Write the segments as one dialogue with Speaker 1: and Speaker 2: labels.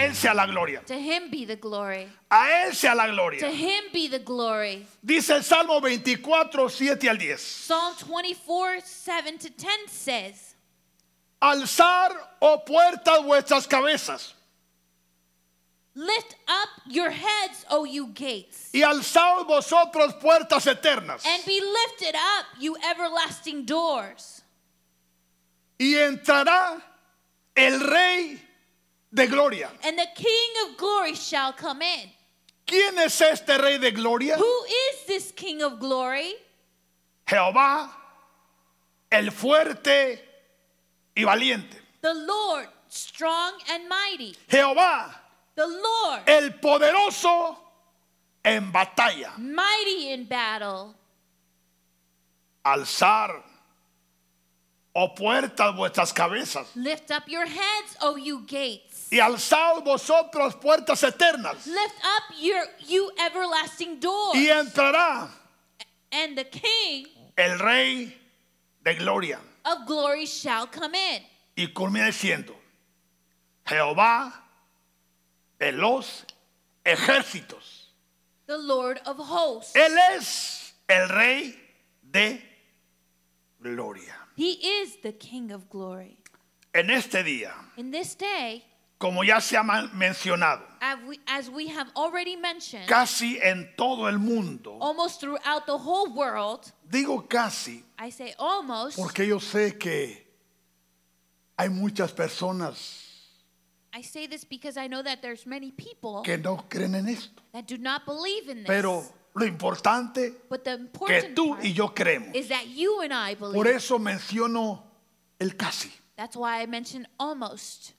Speaker 1: Él sea la gloria.
Speaker 2: To him be the glory.
Speaker 1: A Él sea la
Speaker 2: To
Speaker 1: gloria.
Speaker 2: him be the glory.
Speaker 1: Dice el Salmo 24, 7 al 10.
Speaker 2: Psalm 24, 7 to 10 says,
Speaker 1: Alzar, oh puertas, vuestras cabezas.
Speaker 2: Lift up your heads, O you gates,
Speaker 1: Y alzaos vosotros puertas eternas.
Speaker 2: and be lifted up, you everlasting doors,
Speaker 1: Y entrará el Rey de Gloria.
Speaker 2: and the King of glory shall come in.
Speaker 1: ¿Quién es este Rey de Gloria?
Speaker 2: Who is this King of glory?
Speaker 1: Jehová, el fuerte y valiente.
Speaker 2: The Lord, strong and mighty.
Speaker 1: Jehová,
Speaker 2: The Lord,
Speaker 1: el poderoso en batalla.
Speaker 2: mighty in battle.
Speaker 1: Alzar, oh puertas, vuestras cabezas.
Speaker 2: Lift up your heads, O you gates.
Speaker 1: Y alzaos vosotros puertas eternas.
Speaker 2: Lift up your you everlasting doors,
Speaker 1: Y entrará
Speaker 2: and the King
Speaker 1: el Rey de Gloria.
Speaker 2: of glory shall come in.
Speaker 1: Y culmina diciendo, Jehová de los ejércitos.
Speaker 2: The Lord of hosts.
Speaker 1: Él es el Rey de Gloria.
Speaker 2: He is the King of glory.
Speaker 1: En este día,
Speaker 2: In this day,
Speaker 1: como ya se ha man- mencionado,
Speaker 2: as we, as we have already mentioned,
Speaker 1: casi en todo el mundo,
Speaker 2: almost throughout the whole world,
Speaker 1: digo casi
Speaker 2: I say almost,
Speaker 1: porque yo sé que hay muchas personas
Speaker 2: I say this because I know that there's many people
Speaker 1: que no creen en esto.
Speaker 2: that do not believe in this.
Speaker 1: Pero lo importante
Speaker 2: but the
Speaker 1: que
Speaker 2: important
Speaker 1: tú
Speaker 2: part
Speaker 1: y yo creemos.
Speaker 2: is that you and I believe.
Speaker 1: Por eso menciono el casi.
Speaker 2: That's why I mentioned almost.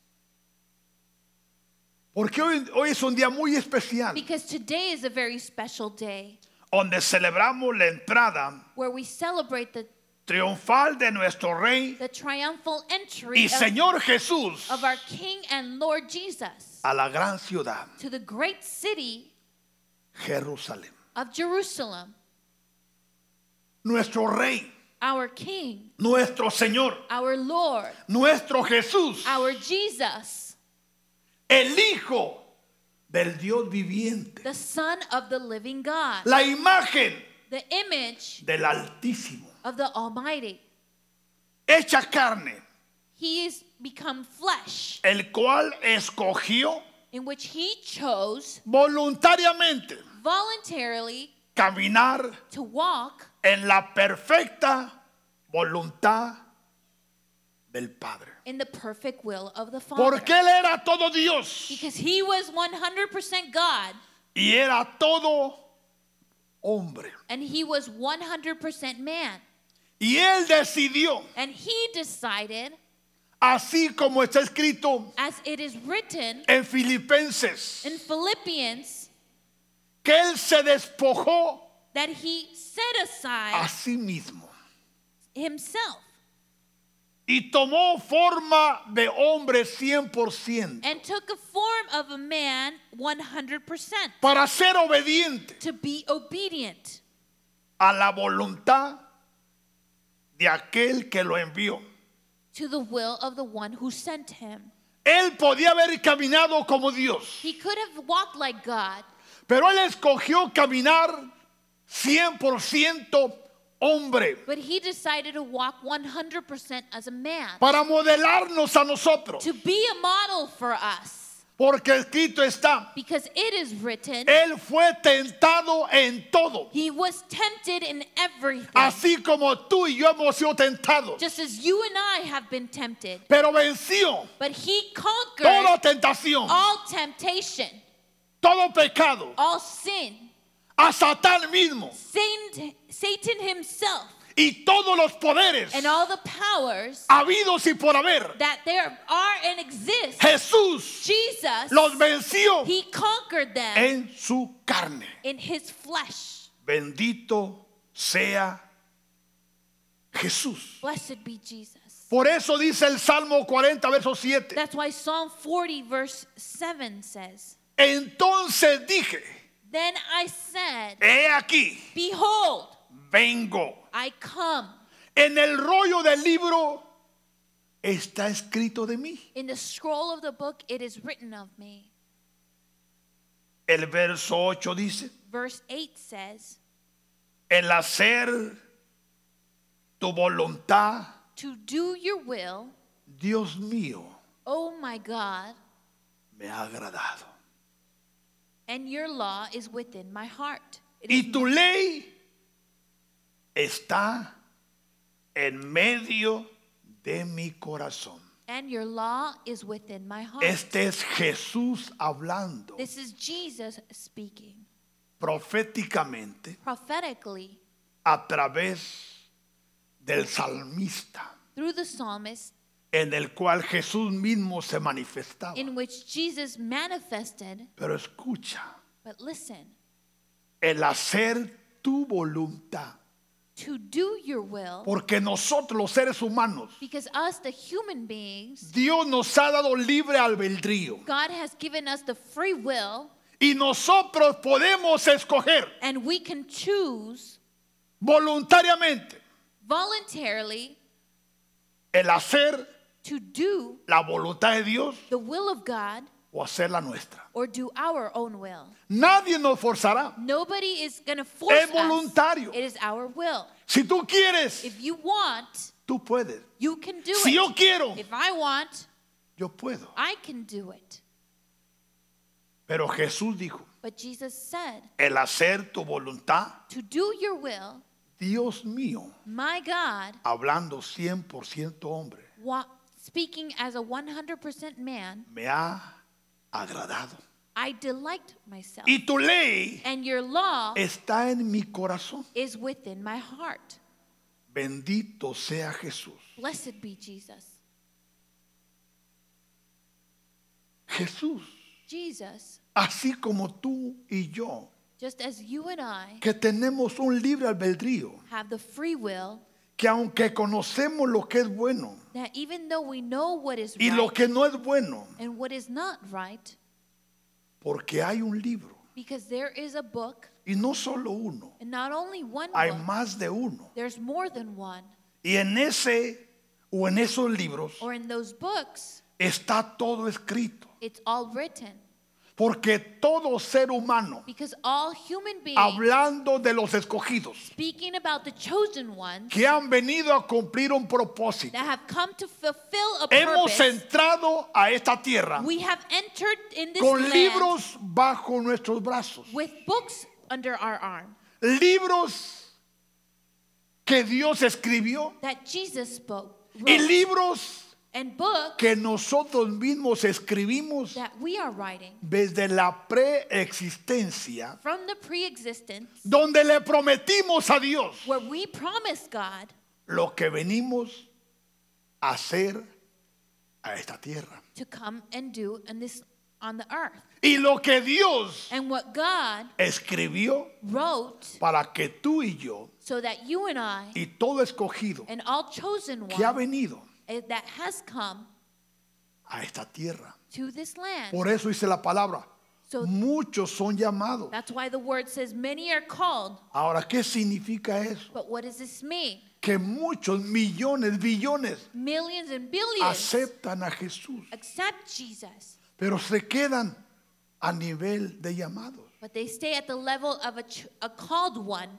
Speaker 1: Porque hoy, hoy es un día muy especial
Speaker 2: Because today is a very special day
Speaker 1: donde celebramos la entrada
Speaker 2: where we celebrate the,
Speaker 1: triunfal de nuestro Rey
Speaker 2: the triumphal entry
Speaker 1: y
Speaker 2: of,
Speaker 1: Señor Jesús
Speaker 2: of our King and Lord Jesus
Speaker 1: a la gran ciudad,
Speaker 2: to the great city
Speaker 1: Jerusalén.
Speaker 2: of Jerusalem.
Speaker 1: Nuestro Rey,
Speaker 2: Our King,
Speaker 1: nuestro Señor,
Speaker 2: our Lord,
Speaker 1: nuestro Jesús,
Speaker 2: our Jesus,
Speaker 1: el Hijo del Dios viviente,
Speaker 2: the Son of the living God,
Speaker 1: la imagen
Speaker 2: the image
Speaker 1: del Altísimo,
Speaker 2: of the Almighty.
Speaker 1: hecha carne,
Speaker 2: He is become flesh,
Speaker 1: el cual escogió
Speaker 2: in which he chose
Speaker 1: voluntariamente
Speaker 2: voluntarily
Speaker 1: caminar
Speaker 2: to walk
Speaker 1: en la perfecta voluntad del Padre.
Speaker 2: in the perfect will of the Father.
Speaker 1: Porque Él era todo Dios
Speaker 2: Because he was 100% God
Speaker 1: y era todo hombre.
Speaker 2: and he was 100% man.
Speaker 1: Y Él decidió,
Speaker 2: And he decided,
Speaker 1: así como está escrito
Speaker 2: as it is written
Speaker 1: en Filipenses,
Speaker 2: in Philippians,
Speaker 1: que Él se despojó
Speaker 2: that he set
Speaker 1: a
Speaker 2: aside
Speaker 1: sí mismo
Speaker 2: himself
Speaker 1: y tomó forma de hombre 100%
Speaker 2: and took a form of a man 100%
Speaker 1: para ser obediente
Speaker 2: to be obedient
Speaker 1: a la voluntad de aquel que lo envió.
Speaker 2: to the will of the one who sent him.
Speaker 1: Él podía haber caminado como Dios,
Speaker 2: He could have walked like God,
Speaker 1: pero él escogió caminar 100% hombre
Speaker 2: but he decided to walk 100% as a man
Speaker 1: para modelarnos a nosotros,
Speaker 2: to be a model for us.
Speaker 1: porque escrito está,
Speaker 2: Because it is written,
Speaker 1: él fue tentado en todo,
Speaker 2: He was tempted in everything,
Speaker 1: así como tú y yo hemos sido tentados,
Speaker 2: just as you and I have been tempted.
Speaker 1: pero venció
Speaker 2: But He
Speaker 1: toda
Speaker 2: conquered
Speaker 1: tentación,
Speaker 2: all temptation,
Speaker 1: todo pecado,
Speaker 2: all sin,
Speaker 1: a Satán mismo
Speaker 2: Satan, Satan Himself,
Speaker 1: y todos los poderes
Speaker 2: and all the powers
Speaker 1: habidos y por haber.
Speaker 2: that there are and exist.
Speaker 1: Jesús
Speaker 2: Jesus,
Speaker 1: los venció
Speaker 2: He conquered them
Speaker 1: en su carne.
Speaker 2: in His flesh.
Speaker 1: Bendito sea Jesús.
Speaker 2: Blessed be Jesus.
Speaker 1: Por eso dice el Salmo 40, verso 7.
Speaker 2: That's why Psalm 40, verse 7 says,
Speaker 1: Entonces dije,
Speaker 2: Then I said,
Speaker 1: he aquí,
Speaker 2: Behold,
Speaker 1: vengo.
Speaker 2: I come.
Speaker 1: En el rollo del libro está escrito de mí,
Speaker 2: In the scroll of the book, it is written of me
Speaker 1: El verso 8 dice,
Speaker 2: Verse 8 says,
Speaker 1: el hacer tu voluntad,
Speaker 2: To do your will,
Speaker 1: Dios mío,
Speaker 2: O my God,
Speaker 1: me ha agradado.
Speaker 2: and your law is within my heart. It is
Speaker 1: Y tu ley está en medio de mi corazón.
Speaker 2: And your law is within my heart.
Speaker 1: Este es Jesús hablando
Speaker 2: This is Jesus speaking
Speaker 1: proféticamente
Speaker 2: prophetically
Speaker 1: a través del salmista,
Speaker 2: through the psalmist,
Speaker 1: en el cual Jesús mismo se manifestaba.
Speaker 2: in which Jesus manifested.
Speaker 1: Pero escucha,
Speaker 2: But listen,
Speaker 1: el hacer tu voluntad,
Speaker 2: to do your will,
Speaker 1: porque nosotros los seres humanos,
Speaker 2: because us, the human beings,
Speaker 1: Dios nos ha dado libre albedrío
Speaker 2: God has given us the free will,
Speaker 1: y nosotros podemos escoger
Speaker 2: and we can choose
Speaker 1: voluntariamente
Speaker 2: voluntarily
Speaker 1: el hacer
Speaker 2: to do
Speaker 1: la voluntad de Dios
Speaker 2: the will of God
Speaker 1: o hacer la nuestra.
Speaker 2: or do our own will.
Speaker 1: Nadie nos forzará.
Speaker 2: Nobody is going to force
Speaker 1: Es voluntario.
Speaker 2: us. It is our will.
Speaker 1: Si tú quieres,
Speaker 2: If you want,
Speaker 1: tú puedes.
Speaker 2: you can do
Speaker 1: Si
Speaker 2: it.
Speaker 1: yo quiero,
Speaker 2: If I want,
Speaker 1: yo puedo.
Speaker 2: I can do it.
Speaker 1: Pero Jesús dijo,
Speaker 2: But Jesus said,
Speaker 1: el hacer tu voluntad,
Speaker 2: To do your will,
Speaker 1: Dios mío,
Speaker 2: my God,
Speaker 1: hablando 100% hombre,
Speaker 2: wa- speaking as a 100% man,
Speaker 1: me ha agradado.
Speaker 2: I delight myself.
Speaker 1: Y Eh. tu ley
Speaker 2: And your law
Speaker 1: está en mi corazón.
Speaker 2: is within my heart.
Speaker 1: Bendito sea Jesús.
Speaker 2: Blessed be Jesus.
Speaker 1: Jesús,
Speaker 2: Jesus,
Speaker 1: así como tú y yo,
Speaker 2: just as you and I
Speaker 1: que tenemos un libre albedrío,
Speaker 2: have the free will,
Speaker 1: que aunque conocemos lo que es bueno
Speaker 2: that even though we know what is
Speaker 1: y lo
Speaker 2: right
Speaker 1: que no es bueno,
Speaker 2: and what is not right,
Speaker 1: porque hay un libro,
Speaker 2: because there is a book,
Speaker 1: y no solo uno,
Speaker 2: and not only one
Speaker 1: hay
Speaker 2: book,
Speaker 1: más de uno.
Speaker 2: there's more than one.
Speaker 1: Y en ese o en esos libros
Speaker 2: Or in those books,
Speaker 1: está todo escrito.
Speaker 2: it's all written.
Speaker 1: Porque todo ser humano,
Speaker 2: Because all human beings,
Speaker 1: hablando de los escogidos,
Speaker 2: speaking about the chosen ones
Speaker 1: que han venido a cumplir un propósito,
Speaker 2: that have come to fulfill a
Speaker 1: hemos
Speaker 2: purpose,
Speaker 1: entrado a esta tierra
Speaker 2: we have entered in this
Speaker 1: con
Speaker 2: land
Speaker 1: libros bajo nuestros brazos.
Speaker 2: with books under our arm
Speaker 1: Libros que Dios escribió
Speaker 2: that Jesus spoke,
Speaker 1: y
Speaker 2: wrote,
Speaker 1: libros
Speaker 2: and books
Speaker 1: que nosotros mismos escribimos
Speaker 2: that we are writing
Speaker 1: desde la preexistencia
Speaker 2: from the pre-existence
Speaker 1: donde le prometimos a Dios
Speaker 2: where we promise God
Speaker 1: lo que venimos a hacer a esta tierra.
Speaker 2: to come and do in this on the earth,
Speaker 1: Y lo que Dios
Speaker 2: and what God
Speaker 1: escribió
Speaker 2: wrote
Speaker 1: para que tú y yo
Speaker 2: so that you and I
Speaker 1: y todo escogido
Speaker 2: and all chosen
Speaker 1: que ha
Speaker 2: one
Speaker 1: venido
Speaker 2: eh, that has come
Speaker 1: a esta tierra.
Speaker 2: to this land.
Speaker 1: Por eso dice la palabra,
Speaker 2: So
Speaker 1: muchos son llamados.
Speaker 2: That's why the word says many are called.
Speaker 1: Ahora, ¿qué significa eso?
Speaker 2: But what does this mean?
Speaker 1: Que muchos, millones, billones
Speaker 2: Millions and billions
Speaker 1: aceptan a Jesús,
Speaker 2: accept Jesus,
Speaker 1: pero se quedan a nivel de llamados.
Speaker 2: but they stay at the level of a, ch- a called one.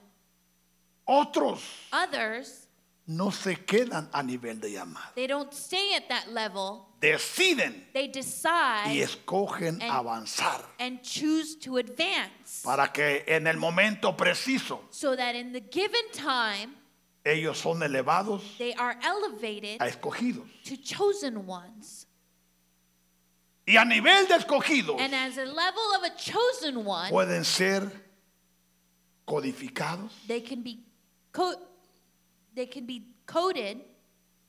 Speaker 1: Otros
Speaker 2: Others,
Speaker 1: no se quedan a nivel de llamado.
Speaker 2: they don't stay at that level.
Speaker 1: Deciden
Speaker 2: They
Speaker 1: y
Speaker 2: decide
Speaker 1: escogen
Speaker 2: And-
Speaker 1: avanzar
Speaker 2: and choose to advance
Speaker 1: para que en el momento preciso
Speaker 2: so that in the given time,
Speaker 1: ellos son elevados
Speaker 2: they are elevated
Speaker 1: a escogidos.
Speaker 2: to chosen ones.
Speaker 1: Y a nivel de escogidos
Speaker 2: And as a level of a chosen one,
Speaker 1: pueden ser codificados
Speaker 2: they can be co- they can be coded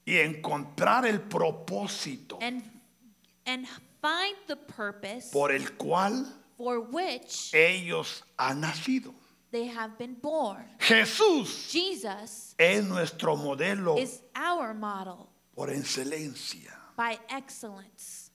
Speaker 1: y encontrar el propósito
Speaker 2: and and find the purpose
Speaker 1: por eh. el cual
Speaker 2: for which
Speaker 1: ellos han nacido.
Speaker 2: they have been born.
Speaker 1: Jesús
Speaker 2: Jesus
Speaker 1: es nuestro modelo
Speaker 2: is our model
Speaker 1: por excelencia.
Speaker 2: by excellence.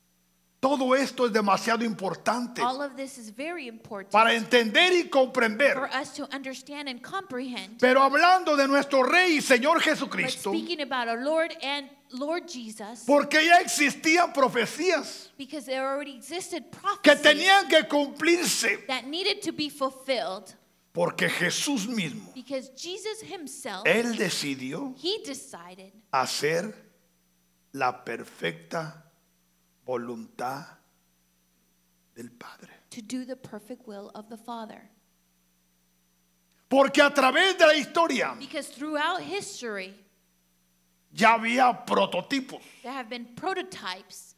Speaker 1: Todo esto es demasiado importante
Speaker 2: All of this is very important
Speaker 1: para entender y
Speaker 2: for
Speaker 1: comprender.
Speaker 2: us to understand and comprehend.
Speaker 1: Pero hablando de nuestro Rey y Señor
Speaker 2: But
Speaker 1: Jesucristo,
Speaker 2: speaking about our Lord and Lord Jesus,
Speaker 1: porque ya existían profecías
Speaker 2: because there already existed
Speaker 1: que
Speaker 2: prophecies
Speaker 1: tenían que cumplirse,
Speaker 2: that needed to be fulfilled,
Speaker 1: porque Jesús mismo,
Speaker 2: because Jesus himself,
Speaker 1: Él decidió
Speaker 2: he decided
Speaker 1: hacer la perfecta voluntad del Padre.
Speaker 2: to do the perfect will of the Father.
Speaker 1: Porque a través de la historia
Speaker 2: Because throughout history,
Speaker 1: ya había prototipos
Speaker 2: there have been prototypes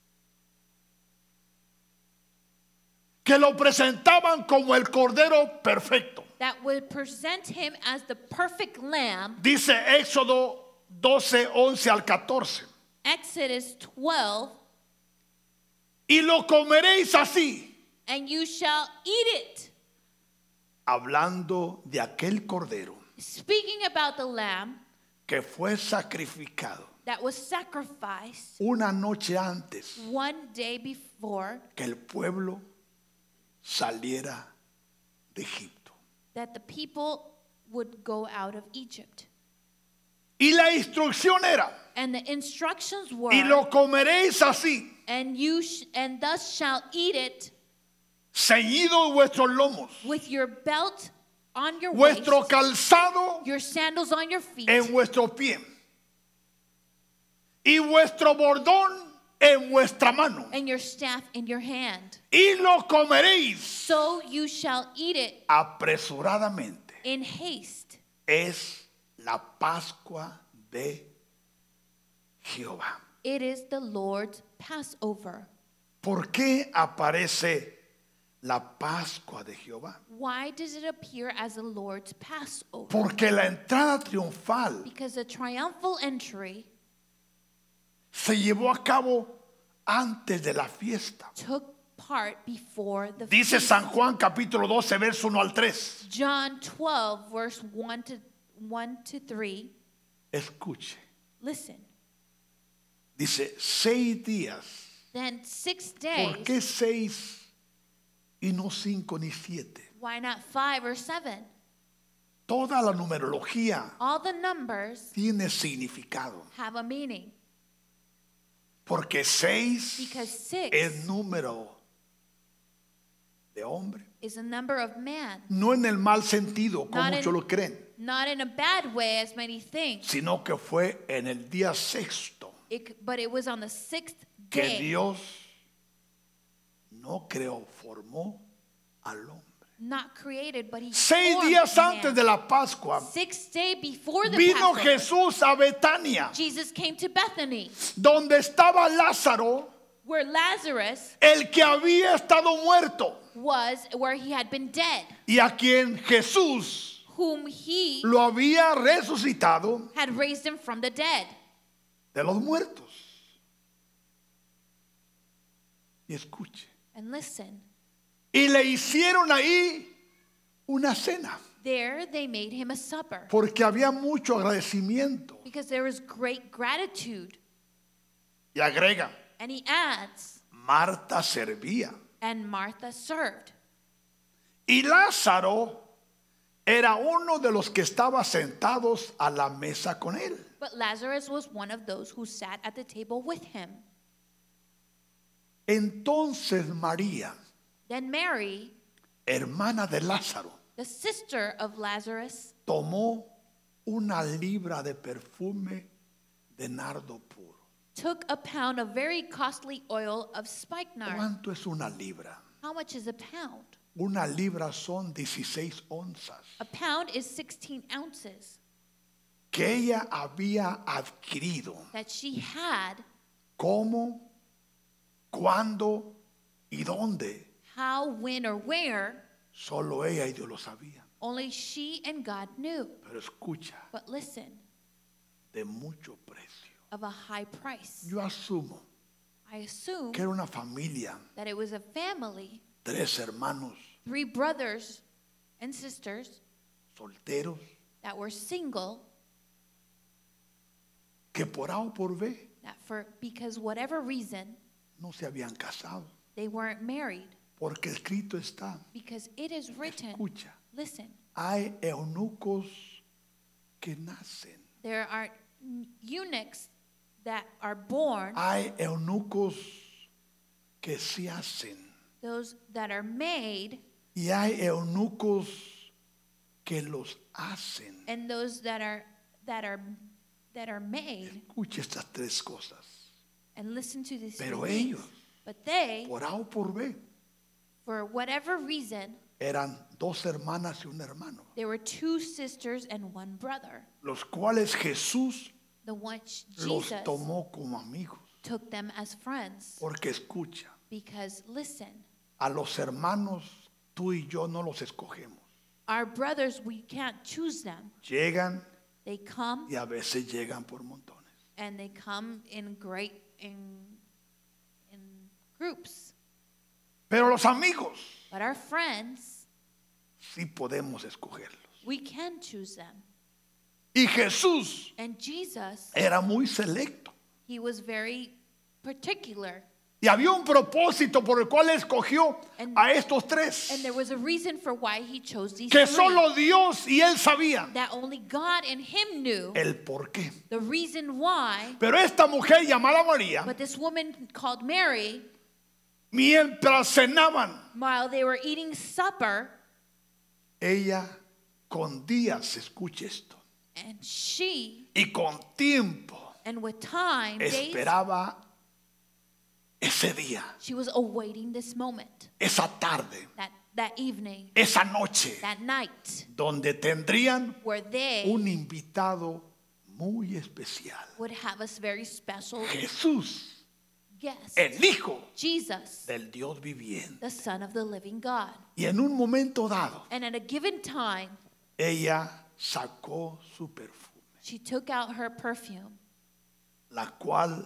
Speaker 1: que lo presentaban como el Cordero Perfecto.
Speaker 2: that would present him as the perfect lamb,
Speaker 1: Dice Éxodo 12, 11 al 14.
Speaker 2: Exodus 12,
Speaker 1: Y lo comeréis así,
Speaker 2: and you shall eat it.
Speaker 1: hablando de aquel Cordero
Speaker 2: Speaking about the lamb
Speaker 1: que fue sacrificado
Speaker 2: that was sacrificed
Speaker 1: una noche antes
Speaker 2: one day before
Speaker 1: que el pueblo saliera de Egipto.
Speaker 2: that the people would go out of Egypt.
Speaker 1: Y la instrucción era,
Speaker 2: And the instructions were,
Speaker 1: y lo comeréis así,
Speaker 2: and you sh- and thus shall eat it
Speaker 1: ceñidos vuestros lomos,
Speaker 2: with your belt on your
Speaker 1: vuestro
Speaker 2: waist,
Speaker 1: calzado
Speaker 2: your sandals on your feet,
Speaker 1: en vuestro pie y vuestro bordón en vuestra mano
Speaker 2: and your staff in your hand.
Speaker 1: y lo comeréis
Speaker 2: So you shall eat it
Speaker 1: apresuradamente.
Speaker 2: in haste.
Speaker 1: Es la Pascua de Jehová.
Speaker 2: It is the Lord's Passover.
Speaker 1: ¿Por qué aparece la Pascua de Jehová?
Speaker 2: Why does it appear as the Lord's Passover?
Speaker 1: Porque la entrada triunfal
Speaker 2: Because the triumphal entry
Speaker 1: se llevó a cabo antes de la fiesta.
Speaker 2: took part before the
Speaker 1: Dice
Speaker 2: feast.
Speaker 1: San Juan capítulo 12, verso 1 al 3.
Speaker 2: John 12, verse 1 to 1 to 3.
Speaker 1: Escuche.
Speaker 2: Listen.
Speaker 1: Dice, seis días
Speaker 2: Then six
Speaker 1: ¿Por
Speaker 2: days.
Speaker 1: qué seis y no cinco ni siete?
Speaker 2: Why not five or seven?
Speaker 1: Toda la numerología
Speaker 2: All the numbers
Speaker 1: tiene significado.
Speaker 2: have a meaning
Speaker 1: Porque seis
Speaker 2: because six
Speaker 1: es número de hombre.
Speaker 2: is a number of man.
Speaker 1: No en el mal sentido, como
Speaker 2: Not in-
Speaker 1: muchos lo creen,
Speaker 2: Not in a bad way, as many think.
Speaker 1: sino que fue en el día sexto
Speaker 2: It, c- but it was on the sixth
Speaker 1: que
Speaker 2: day,
Speaker 1: Dios no creó, formó al hombre.
Speaker 2: not created, but he
Speaker 1: Seis
Speaker 2: formed
Speaker 1: días
Speaker 2: man.
Speaker 1: antes de la Pascua
Speaker 2: Six day before the
Speaker 1: vino
Speaker 2: Passover,
Speaker 1: Jesús a Betania,
Speaker 2: Jesus came to Bethany,
Speaker 1: donde estaba Lázaro.
Speaker 2: where Lazarus
Speaker 1: el que había estado muerto
Speaker 2: was, where he had been dead,
Speaker 1: y a quien Jesús
Speaker 2: whom he
Speaker 1: lo había resucitado
Speaker 2: had raised him from the dead.
Speaker 1: de los muertos. Y escuche.
Speaker 2: And listen,
Speaker 1: Y le hicieron ahí una cena,
Speaker 2: there they made him a supper
Speaker 1: porque había mucho agradecimiento.
Speaker 2: because there was great gratitude.
Speaker 1: Y agrega,
Speaker 2: And he adds,
Speaker 1: Marta servía.
Speaker 2: and Martha served.
Speaker 1: Y Lázaro era uno de los que estaba sentados a la mesa con él.
Speaker 2: But Lazarus was one of those who sat at the table with him.
Speaker 1: Entonces María,
Speaker 2: Then Mary,
Speaker 1: hermana de Lázaro,
Speaker 2: the sister of Lazarus,
Speaker 1: tomó una libra de perfume de nardo puro.
Speaker 2: took a pound of very costly oil of spikenard.
Speaker 1: ¿Cuánto es una libra?
Speaker 2: How much is a pound?
Speaker 1: Una libra son 16 onzas
Speaker 2: A pound is 16 ounces
Speaker 1: que ella había adquirido.
Speaker 2: that she had.
Speaker 1: ¿Cómo? ¿Cuándo? ¿Y dónde?
Speaker 2: How, when, or where,
Speaker 1: Solo ella y Dios lo sabía.
Speaker 2: only she and God knew.
Speaker 1: Pero escucha,
Speaker 2: But listen,
Speaker 1: de mucho precio.
Speaker 2: of a high price.
Speaker 1: Yo asumo
Speaker 2: I assume
Speaker 1: que era una familia,
Speaker 2: that it was a family,
Speaker 1: tres hermanos
Speaker 2: three brothers and sisters
Speaker 1: solteros,
Speaker 2: that were single,
Speaker 1: que por A o por B
Speaker 2: that for because whatever reason
Speaker 1: no se habían casado,
Speaker 2: They weren't married
Speaker 1: porque escrito está,
Speaker 2: because it is written.
Speaker 1: escucha,
Speaker 2: Listen,
Speaker 1: hay eunucos que nacen,
Speaker 2: there are eunuchs that are born,
Speaker 1: hay eunucos que se hacen
Speaker 2: those that are made,
Speaker 1: y hay eunucos que los hacen.
Speaker 2: and those that are that are that are made.
Speaker 1: Escucha estas tres cosas,
Speaker 2: And listen to this.
Speaker 1: pero ellos,
Speaker 2: But they,
Speaker 1: por A o por B,
Speaker 2: for whatever reason,
Speaker 1: eran dos hermanas y un hermano,
Speaker 2: there were two sisters and one brother.
Speaker 1: los cuales Jesús
Speaker 2: The one sh-
Speaker 1: los
Speaker 2: Jesus
Speaker 1: tomó como amigos,
Speaker 2: took them as friends
Speaker 1: porque escucha,
Speaker 2: because listen,
Speaker 1: a los hermanos tú y yo no los escogemos.
Speaker 2: our brothers we can't choose them.
Speaker 1: Llegan
Speaker 2: They come
Speaker 1: y a veces llegan por montones.
Speaker 2: and they come in great in in groups.
Speaker 1: Pero los amigos
Speaker 2: But our friends,
Speaker 1: sí podemos escogerlos.
Speaker 2: we can choose them.
Speaker 1: Y Jesús
Speaker 2: And Jesus,
Speaker 1: era muy selecto.
Speaker 2: he was very particular.
Speaker 1: Y había un propósito por el cual escogió a estos
Speaker 2: And
Speaker 1: tres,
Speaker 2: there was a reason for why he chose these
Speaker 1: que
Speaker 2: three.
Speaker 1: solo Dios y él sabían
Speaker 2: That only God and him knew
Speaker 1: el por qué.
Speaker 2: the reason why.
Speaker 1: Pero esta mujer llamada María,
Speaker 2: But this woman called Mary,
Speaker 1: mientras cenaban,
Speaker 2: while they were eating supper,
Speaker 1: ella con días, escuche esto,
Speaker 2: and she,
Speaker 1: y con tiempo
Speaker 2: and with time, days,
Speaker 1: esperaba ese día,
Speaker 2: she was awaiting this moment,
Speaker 1: esa tarde,
Speaker 2: that, that evening,
Speaker 1: esa noche,
Speaker 2: that night,
Speaker 1: donde tendrían
Speaker 2: where they
Speaker 1: un invitado muy especial.
Speaker 2: would have us very special
Speaker 1: Jesús,
Speaker 2: guest.
Speaker 1: el Hijo
Speaker 2: Jesus,
Speaker 1: del Dios viviente.
Speaker 2: the Son of the living God.
Speaker 1: Y en un momento dado,
Speaker 2: And at a given time,
Speaker 1: ella sacó su perfume,
Speaker 2: she took out her perfume,
Speaker 1: la cual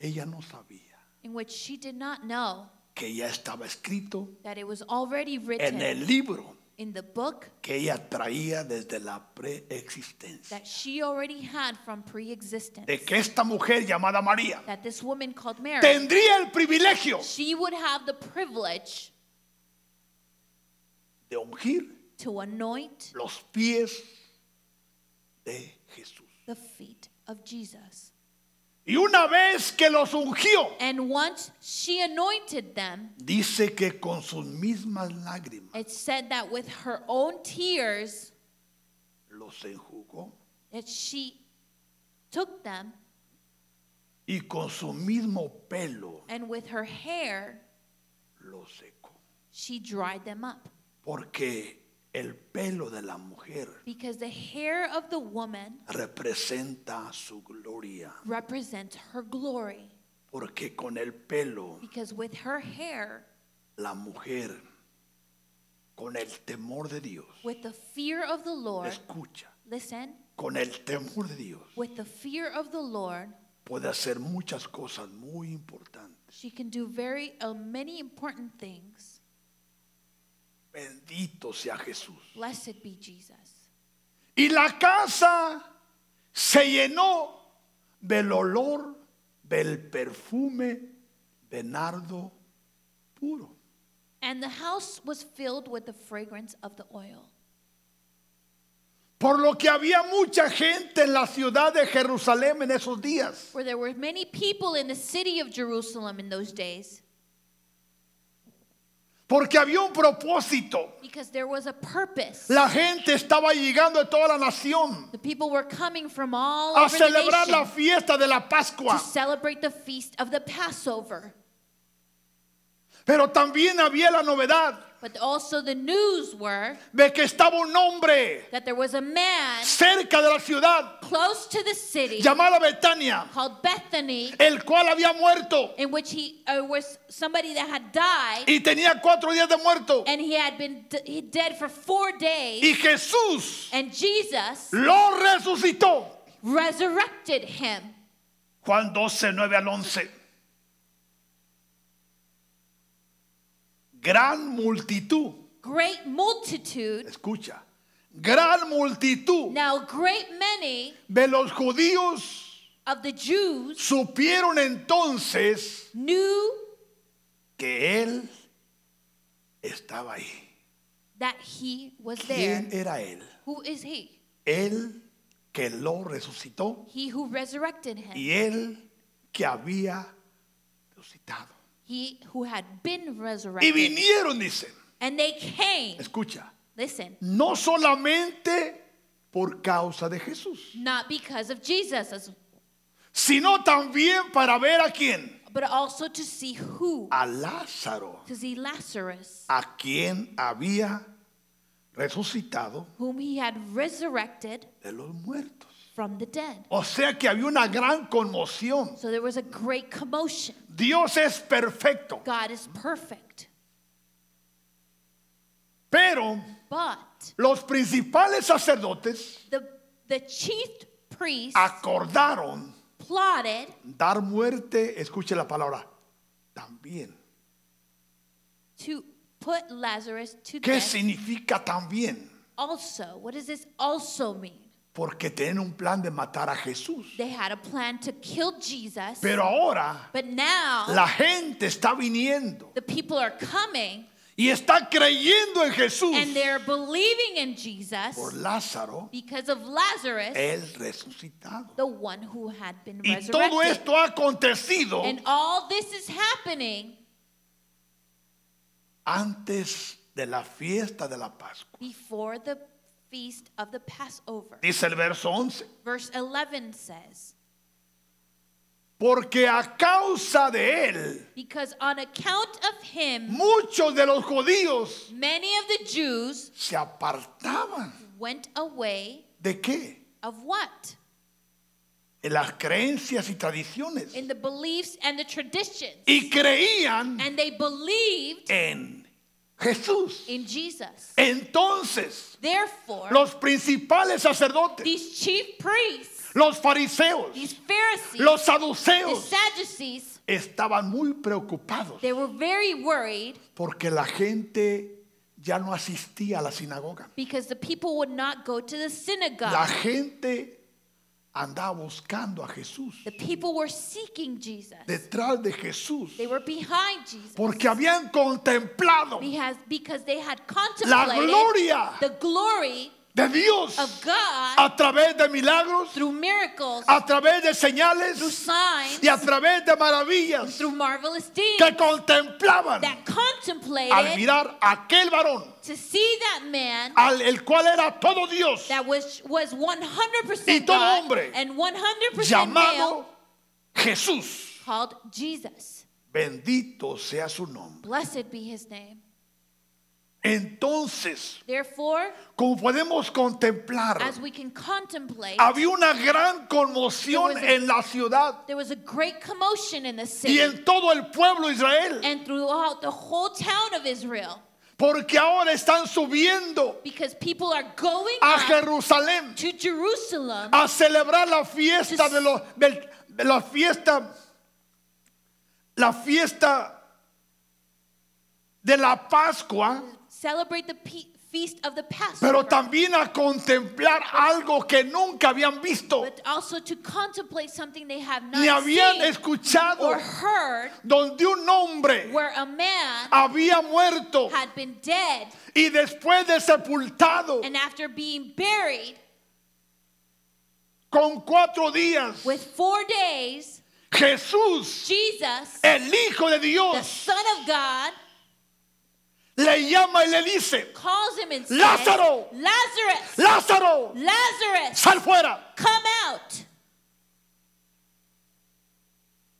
Speaker 1: ella no sabía
Speaker 2: in which she did not know
Speaker 1: que ya estaba escrito
Speaker 2: that it was already
Speaker 1: en
Speaker 2: written
Speaker 1: el libro
Speaker 2: in the book
Speaker 1: que ella traía desde la preexistencia.
Speaker 2: that she already had from pre existence.
Speaker 1: De que esta mujer llamada María
Speaker 2: That this woman called Mary,
Speaker 1: tendría el privilegio
Speaker 2: she would have the privilege
Speaker 1: de ungir
Speaker 2: to anoint
Speaker 1: los pies de Jesús.
Speaker 2: the feet of Jesus.
Speaker 1: Y una vez que los ungió,
Speaker 2: And once she anointed them,
Speaker 1: dice que con sus mismas lágrimas
Speaker 2: it said that with her own tears,
Speaker 1: los enjugó
Speaker 2: that she took them
Speaker 1: y con su mismo pelo
Speaker 2: and with her hair,
Speaker 1: los secó.
Speaker 2: she dried them up.
Speaker 1: Porque el pelo de la mujer
Speaker 2: Because the hair of the woman
Speaker 1: representa su gloria.
Speaker 2: represents her glory.
Speaker 1: Porque con el pelo
Speaker 2: Because with her hair,
Speaker 1: la mujer, con el temor de Dios,
Speaker 2: with the fear of the Lord,
Speaker 1: escucha,
Speaker 2: listen,
Speaker 1: con el temor de Dios
Speaker 2: with the fear of the Lord,
Speaker 1: puede hacer muchas cosas muy importantes.
Speaker 2: she can do very uh, many important things.
Speaker 1: Bendito sea Jesús.
Speaker 2: Blessed be Jesus.
Speaker 1: Y la casa se llenó del olor, del perfume de nardo puro.
Speaker 2: And the house was filled with the fragrance of the oil.
Speaker 1: Por lo que había mucha gente en la ciudad de Jerusalén en esos días.
Speaker 2: For there were many people in the city of Jerusalem in those days,
Speaker 1: Porque había un propósito.
Speaker 2: because there was a purpose.
Speaker 1: La gente estaba llegando de toda la nación
Speaker 2: The people were coming from all
Speaker 1: a
Speaker 2: over the
Speaker 1: celebrar la
Speaker 2: nation
Speaker 1: fiesta de la
Speaker 2: to
Speaker 1: Pascua.
Speaker 2: celebrate the feast of the Passover.
Speaker 1: Pero también había la novedad
Speaker 2: But also the news were
Speaker 1: de que estaba un hombre
Speaker 2: that there was a man
Speaker 1: cerca de la ciudad
Speaker 2: close to the city
Speaker 1: llamada Betania,
Speaker 2: called Bethany,
Speaker 1: el cual había muerto
Speaker 2: in which he uh, was somebody that had died,
Speaker 1: y tenía cuatro días de muerto.
Speaker 2: and he had been d- he dead for four days,
Speaker 1: Y Jesús
Speaker 2: and Jesus
Speaker 1: lo resucitó.
Speaker 2: resurrected him.
Speaker 1: Juan 12, 9 al 11. Gran multitud,
Speaker 2: Great multitude,
Speaker 1: escucha, gran multitud
Speaker 2: now great many
Speaker 1: de los judíos
Speaker 2: of the Jews
Speaker 1: Supieron entonces
Speaker 2: knew
Speaker 1: que él estaba ahí.
Speaker 2: that he was there.
Speaker 1: ¿Quién era él?
Speaker 2: Who is he?
Speaker 1: Él que lo resucitó
Speaker 2: He who resurrected him.
Speaker 1: y él que había resucitado.
Speaker 2: He who had been
Speaker 1: Y
Speaker 2: resurrected.
Speaker 1: vinieron, dice,
Speaker 2: And they came.
Speaker 1: escucha,
Speaker 2: Listen,
Speaker 1: no solamente por causa de Jesús,
Speaker 2: not because of Jesus, as-
Speaker 1: sino también para ver a quién,
Speaker 2: but also to see who,
Speaker 1: a Lázaro,
Speaker 2: to see Lazarus,
Speaker 1: a quien había resucitado
Speaker 2: whom he had resurrected
Speaker 1: de los muertos.
Speaker 2: from the dead.
Speaker 1: O sea que había una gran conmoción.
Speaker 2: So there was a great commotion.
Speaker 1: Dios es perfecto,
Speaker 2: God is perfect.
Speaker 1: pero
Speaker 2: But
Speaker 1: los principales sacerdotes
Speaker 2: the, the chief priests
Speaker 1: Ah. acordaron
Speaker 2: plotted
Speaker 1: dar muerte, escuche la palabra, también.
Speaker 2: to put Lazarus to
Speaker 1: ¿Qué
Speaker 2: death.
Speaker 1: significa también?
Speaker 2: Also, what does this also mean?
Speaker 1: Porque tienen un plan de matar a Jesús.
Speaker 2: They had a plan to kill Jesus,
Speaker 1: Pero ahora
Speaker 2: but now
Speaker 1: la gente está viniendo
Speaker 2: the people are coming
Speaker 1: y está creyendo en Jesús.
Speaker 2: and they're believing in Jesus
Speaker 1: Por Lázaro,
Speaker 2: because of Lazarus,
Speaker 1: el resucitado.
Speaker 2: the one who had been
Speaker 1: Y todo
Speaker 2: resurrected.
Speaker 1: esto ha acontecido
Speaker 2: And all this is happening
Speaker 1: antes de la fiesta de la Pascua.
Speaker 2: before the feast of the Passover.
Speaker 1: Dice el verso 11.
Speaker 2: Verse 11 says,
Speaker 1: Porque a causa de él,
Speaker 2: Because on account of him,
Speaker 1: muchos de los judíos
Speaker 2: many of the Jews
Speaker 1: se apartaban.
Speaker 2: went away
Speaker 1: ¿De qué?
Speaker 2: of what?
Speaker 1: En las creencias y tradiciones.
Speaker 2: In the beliefs and the traditions.
Speaker 1: Y creían
Speaker 2: And they believed
Speaker 1: en Jesús.
Speaker 2: in Jesus.
Speaker 1: Entonces,
Speaker 2: Therefore,
Speaker 1: los principales sacerdotes,
Speaker 2: these chief priests,
Speaker 1: los fariseos,
Speaker 2: these Pharisees,
Speaker 1: los
Speaker 2: the
Speaker 1: saduceos
Speaker 2: Sadducees,
Speaker 1: estaban muy preocupados
Speaker 2: they were very worried
Speaker 1: porque la gente ya no asistía a la sinagoga.
Speaker 2: because the people would not go to the
Speaker 1: La
Speaker 2: synagogue.
Speaker 1: gente andaba buscando a Jesús,
Speaker 2: The people were seeking Jesus.
Speaker 1: detrás de Jesús,
Speaker 2: They were behind Jesus.
Speaker 1: porque habían contemplado
Speaker 2: Because, because they had
Speaker 1: la
Speaker 2: contemplated
Speaker 1: gloria
Speaker 2: the glory
Speaker 1: de Dios
Speaker 2: of God
Speaker 1: a través de milagros,
Speaker 2: through miracles,
Speaker 1: a través de
Speaker 2: through
Speaker 1: señales
Speaker 2: signs,
Speaker 1: y a través de maravillas
Speaker 2: through marvelous deeds
Speaker 1: que contemplaban
Speaker 2: that
Speaker 1: al Ah.
Speaker 2: contemplated
Speaker 1: mirar a aquel varón,
Speaker 2: to see that man
Speaker 1: al el cual era todo Dios,
Speaker 2: that was was
Speaker 1: Y
Speaker 2: 100%
Speaker 1: todo
Speaker 2: God
Speaker 1: hombre
Speaker 2: and 100% male
Speaker 1: llamado Jesús.
Speaker 2: called Jesus.
Speaker 1: Bendito sea su nombre.
Speaker 2: Blessed be his name.
Speaker 1: Entonces,
Speaker 2: Therefore,
Speaker 1: como podemos contemplar,
Speaker 2: as we can contemplate,
Speaker 1: había una gran conmoción
Speaker 2: There was a-
Speaker 1: en la ciudad
Speaker 2: there was a great commotion in the
Speaker 1: y
Speaker 2: city
Speaker 1: en todo el pueblo de Israel,
Speaker 2: and throughout the whole town of Israel
Speaker 1: porque ahora están subiendo
Speaker 2: because people are going
Speaker 1: a
Speaker 2: up
Speaker 1: Jerusalén
Speaker 2: to Jerusalem
Speaker 1: a celebrar la fiesta de los del- de la fiesta la fiesta de la Pascua,
Speaker 2: celebrate the pe- feast of the Passover,
Speaker 1: pero también a contemplar algo que nunca habían visto
Speaker 2: but also to contemplate something they have
Speaker 1: ni
Speaker 2: not
Speaker 1: habían
Speaker 2: seen
Speaker 1: escuchado,
Speaker 2: or heard,
Speaker 1: donde un hombre
Speaker 2: where a man
Speaker 1: había muerto
Speaker 2: had been dead
Speaker 1: y después de sepultado
Speaker 2: and after being buried
Speaker 1: con cuatro días,
Speaker 2: with four days,
Speaker 1: Jesús,
Speaker 2: Jesus,
Speaker 1: el Hijo de
Speaker 2: the
Speaker 1: Dios,
Speaker 2: Son of God,
Speaker 1: le llama y le dice,
Speaker 2: calls him and says,
Speaker 1: Lázaro!
Speaker 2: Lazarus,
Speaker 1: Lázaro,
Speaker 2: Lazarus,
Speaker 1: sal fuera.
Speaker 2: come out.